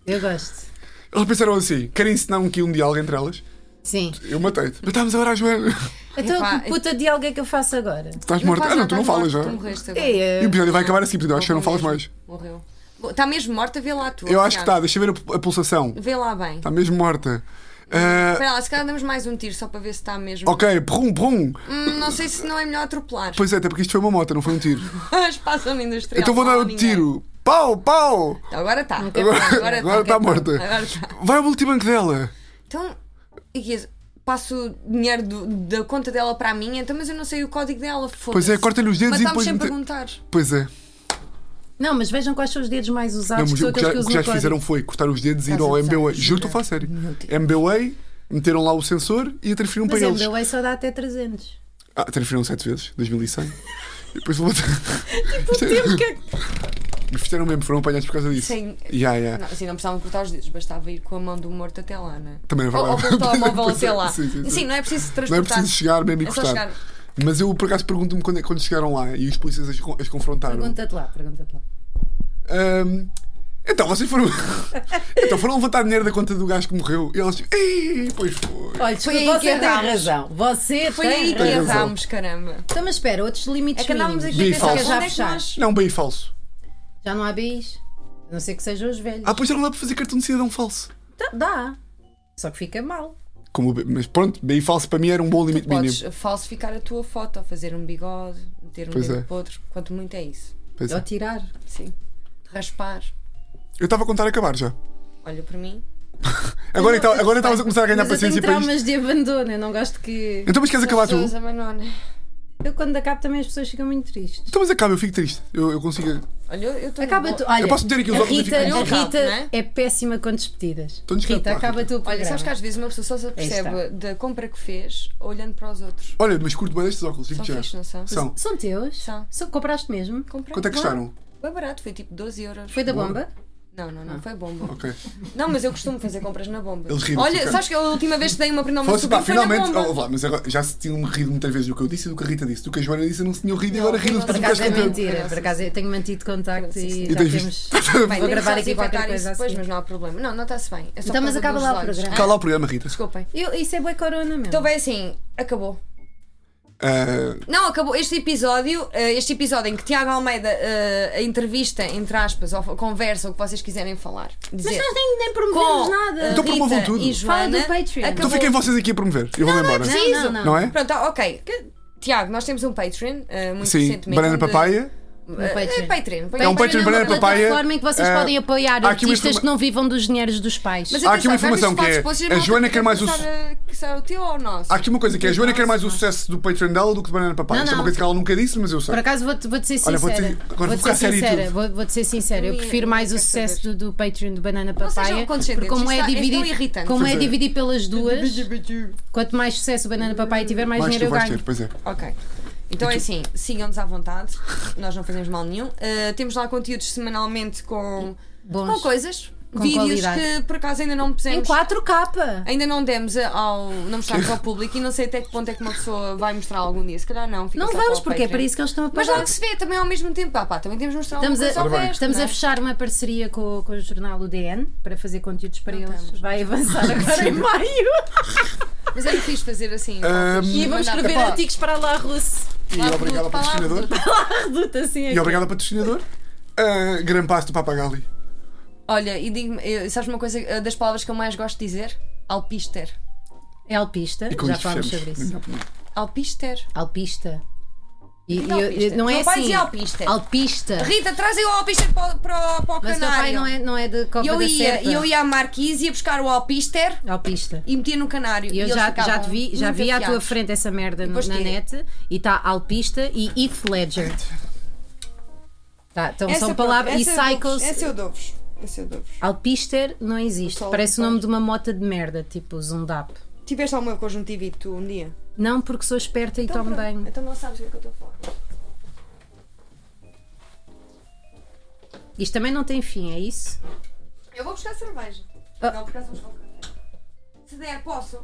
C: Eu gosto.
A: Elas pensaram assim: querem ensinar um quilo de algo entre elas?
C: Sim.
A: Eu matei-te. Matámos agora a Joana.
C: Então,
B: Epá,
C: que puta de alguém que eu faço
A: (laughs)
C: agora?
A: Estás morta. Ah, não, tu não falas já.
B: Tu morreste agora.
A: E o
C: É,
A: episódio vai acabar assim, portanto, eu acho que já não falas mais.
B: Morreu. Está mesmo morta, vê lá tu.
A: Eu acho que tá.
B: Tiago.
A: está, deixa ver a pu- a pulsação.
B: Vê lá bem.
A: Está mesmo morta. Ah,
B: Espera lá, se calhar damos mais um tiro só para ver se está mesmo.
A: ok, brum, brum.
B: Hum, não sei se não é melhor atropelar. (laughs)
A: Pois é, até porque isto foi uma moto, não foi um tiro.
B: Espaço no industrial.
A: Então vou
B: não
A: dar
B: há
A: outro
B: ninguém.
A: tiro. Pau, pau!
B: Então, Agora está.
A: Agora, agora está morta.
B: Agora está.
A: Vai ao multibanco dela.
B: Então, e que isso? passo o dinheiro do- da conta dela para a minha, então, mas eu não sei o código dela.
A: Pois é, corta-lhe os dedos e depois.
B: Matámos sem
A: mete-
B: perguntar.
A: Pois é.
C: Não, mas vejam quais são os dedos mais
A: Não,
C: usados,
A: mas
C: que são
A: o que já,
C: aqueles que
A: o que já
C: usam no código.
A: fizeram foi cortar os dedos e ir
C: Estás a
A: ao
C: gozar,
A: MBA.
C: jura?
A: Juro, estou a falar sério.
C: Meu Deus.
A: MBA, meteram lá o sensor e transferiram
C: Mas
A: para
C: é,
A: eles.
C: meu Way só dá até 300.
A: Ah, transferiram sete vezes, 2100. E depois vou Me é- fizeram mesmo, foram apanhados por causa disso.
B: Sim.
A: Yeah, yeah.
B: Não, assim, não precisavam cortar os dedos, bastava ir com a mão do morto até lá, não é?
A: (laughs) Também é
B: Ou, ou
A: verdade.
B: com o telemóvel até lá.
A: Sim, sim, sim.
B: não é preciso
A: Não é
B: transportar.
A: preciso chegar mesmo e
B: É só
A: cortar.
B: chegar.
A: Mas eu por acaso pergunto-me quando, é- quando chegaram lá e os polícias as, con- as confrontaram.
C: Pergunta-te lá, pergunta-te lá.
A: Ahm, Então vocês foram. (laughs) então foram levantar dinheiro da conta do gajo que morreu. E eles tipo, Ei, pois foi.
C: Olha,
B: Foi aí
C: desculpa, você
B: que
C: tem
B: erramos.
C: razão. Você
B: Foi
C: tem
B: aí que
C: razão.
A: razão.
B: erramos, caramba.
C: Então, mas espera, outros limites
B: É que andámos
C: mínimos.
B: aqui a
A: Bi
B: pensar
A: falso.
B: onde é que
C: Já
B: nós.
A: Não, bem falso.
C: Já não há BIs. A não ser que sejam os velhos.
A: Ah, pois já não dá para fazer cartão de cidadão falso.
C: Tá- Dá. Só que fica mal.
A: Como, o B- mas pronto, bem falso para mim era um bom limite
B: Podes
A: mínimo.
B: falsificar a tua foto, fazer um bigode, meter um
A: Pois
B: dedo
A: é.
B: podre, quanto muito é isso.
A: Pois
C: Ou
A: é.
C: tirar.
B: Sim. Raspar,
A: Eu estava a contar a acabar já.
B: olha para mim.
A: Agora então- agora estavas a começar a ganhar
C: Mas eu
A: paciência
C: tenho
A: para isto.
C: traumas de abandono. Eu não gosto que.
A: Então, mas queres acabar tu?
B: Pessoas também não, né?
C: Eu quando acabo também as pessoas ficam muito tristes.
A: Então, mas acaba, eu fico triste. Eu, eu consigo.
B: Olha, eu- eu estou.
C: Acaba tu. Ah, Olha,
A: Eu posso meter aqui os
C: a
A: óculos e
C: Rita,
A: fico
C: a
B: com descalço,
C: Rita
B: não é?
C: é péssima com despedidas.
A: Então descalço,
C: Rita,
A: lá,
C: acaba
A: Rita.
C: tu.
B: Olha, sabes que às vezes uma pessoa só se
C: está.
B: apercebe da compra que fez olhando para os outros.
A: Olha, mas curto bem destes óculos, digo
B: São
A: já.
B: fixos, não são?
A: São.
C: São teus?
B: São.
C: Só compraste mesmo?
B: Comprei.
A: Quanto é que
B: Bom,
A: custaram?
B: Foi barato, foi tipo 12 euros.
C: Foi Ah. da bomba?
B: Não, não, não, foi bomba.
A: Ok.
B: Não, mas eu costumo fazer compras na bomba.
A: Eles riram-se,
B: Olha,
A: ok.
B: sabes que a última vez que dei uma prenda ao meu
A: Fosse, pá,
B: sobrinho foi na
A: finalmente.
B: bomba.
A: Oh, vá, mas agora já se tinham rido muitas vezes do que eu disse e do que a Rita disse. Do que a Joana disse, eu não se tinham rido e
B: Não,
A: agora riram-se
B: por
A: porque
C: Por
A: tu
C: acaso
A: queres
B: Sim,
C: é
A: cantar.
B: sim,
C: mentira.
B: sim.
C: Por acaso eu tenho mantido contacto
B: Sim, sim.
C: e
B: E
C: já
A: tens
C: temos.
B: Bem,
C: Vou
B: temos
C: gravar
B: que
C: aqui
B: desinfetar
C: qualquer
B: isso
C: coisa
B: depois,
C: assim.
B: mas não há problema. Não, não está-se bem. É só
C: Então,
B: por
C: mas
B: causa
C: acaba
B: dos
C: lá o
B: olhos.
C: programa.
B: Ah,
A: Cala o programa, Rita.
B: Desculpem.
C: Eu, isso é boa corona mesmo.
B: Então vai assim, acabou.
A: Ah,
B: Não, acabou este episódio, eh, este episódio em que Tiago Almeida, eh, a entrevista, entre aspas, ou a conversa, ou o que vocês quiserem falar. Dizer,
C: Mas nós nem, nem
B: com
C: promovemos nada.
A: Então
B: Rita
A: promovam tudo.
B: e Joana,
C: Fala do Patreon.
A: então
B: acabou.
A: fiquem vocês aqui a promover. Eu vou-me embora.
C: Não, não, não.
A: Não é?
B: Pronto, ah, ok. Que- Tiago, nós temos um Patreon, eh, muito
A: Sim,
B: recentemente.
A: banana
B: onde-
A: papaya.
B: Eh,
C: Um Patreon.
B: É Patreon.
A: É um Patreon
C: Olha,
A: banana
C: uma
A: papaya.
C: plataforma em que vocês
A: eh,
C: podem apoiar
A: há aqui uma
C: artistas
A: informa-
C: que não vivam dos dinheiros dos pais.
B: Mas é
A: Há aqui uma
B: atenção,
A: informação
B: vários
A: que é,
B: espaços, vocês
A: a
B: não
A: Joana quer mais o-
B: pensar, eh, Que será o teu ou o nosso?
A: Há aqui uma coisa que é a Joana quer mais o sucesso do Patreon dela do que do banana papaya.
C: Não,
A: Isto é uma
C: não.
A: coisa que ela nunca disse, mas eu sei.
C: Por acaso vou-te vou ser
A: Olha,
C: sincera.
A: vou-te- agora vou
C: Vou-te
A: ficar
C: ser
A: séria e
C: sincera.
A: tudo.
C: Vou- Vou-te ser sincera. Eu
B: Minha,
C: prefiro mais o
B: quero
C: sucesso
B: saber.
C: do, do Patreon do Banana
B: Não sejam
C: Papaya. Porque
B: condescendentes,
C: como é
B: isto está- é tão
C: dividir,
B: irritante.
C: como é
A: Pois é.
C: dividir pelas
A: (laughs)
C: duas, quanto mais sucesso o Banana Papaya tiver, mais
A: Mais tu
C: dinheiro eu
A: vais
C: ganho.
A: ter, pois é.
B: Ok. Então é assim, sigam-nos à vontade, nós não fazemos mal nenhum. Uh, temos lá conteúdos semanalmente com,
C: Bons.
B: com coisas,
C: Com
B: vídeos
C: qualidade.
B: que por acaso ainda não
C: Em
B: pusemos.
C: 4K.
B: Ainda não demos a- ao. não
A: (laughs)
B: mostramos ao público e não sei até que ponto é que uma pessoa vai mostrar algum dia. Se calhar não, fica
C: Não
B: só para
C: vamos,
B: o
C: porque é
B: Patreon.
C: para isso que eles estão a
B: Mas
C: pagar.
B: logo se vê também ao mesmo tempo. Ah, pá, também temos de mostrar
C: Estamos,
B: alguma coisa
C: a,
B: ao
A: Ora bem.
B: resto,
C: estamos
B: não é?
C: a fechar uma parceria com, com o jornal UDN para fazer conteúdos para eles. Vai avançar agora em maio.
B: Mas era fixe fazer assim.
A: Ah,
B: vocês
A: E
C: E vamos
B: mandar-
C: escrever
B: Epá,
C: artigos para lá russo.
A: E
B: Lá
A: obrigado ao
B: tudo, lá
A: patrocinador.
B: tudo.
C: Reduta assim
A: E
C: aqui.
A: obrigado ao patrocinador. Ah, Gran passo do Papagali.
B: Olha, e digo-me, eu- sabes uma coisa eh, das palavras que eu mais gosto de dizer? Alpister.
C: É alpista,
A: E com
C: já
A: isto
C: falámos sobre
A: fechamos.
C: isso.
B: Alpister.
C: Alpista. E,
B: Diga
C: e-
B: alpista.
C: não é
B: Meu pai
C: assim.
B: dizia alpista.
C: Alpista.
B: Rita, trazem o Alpister para, o- para, o- para o
C: Mas o teu pai
B: canário.
C: não é, não é de Copa
B: eu,
C: da
B: ia,
C: Serpa.
B: eu ia à Marquise, ia buscar o Alpister
C: Alpista.
B: e metia no canário.
C: E eu
B: eles
C: já,
B: ficavam
C: já te vi, já
B: muito
C: vi à tua
B: afiados.
C: frente essa merda no-
B: depois
C: na
B: tirei.
C: net e está alpista e Heath Ledger. Tá, então
B: Essa
C: são
B: pronto,
C: palavras. E
B: essa eu dou-vos,
C: cycles.
B: Essa eu dou-vos. Essa é eu dou-vos.
C: Alpister não existe.
B: Só
C: Parece o
B: faz.
C: nome de uma mota de merda, tipo Zundap.
B: Tiveste alguma conjuntivite tu um dia?
C: Não porque sou esperta e tomo
B: pronto.
C: bem.
B: Então não sabes o que é que eu estou a falar.
C: Isto também não tem fim, é isso?
B: Eu vou buscar cerveja.
C: Ah.
B: Não, por acaso vamos colocar. Se der, posso?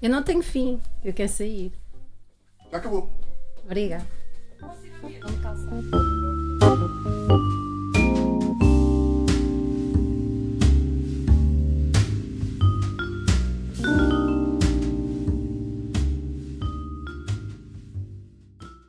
C: Eu não tenho fim. Eu quero sair.
A: Já acabou.
C: Obrigada.
B: Posso ir a minha calça.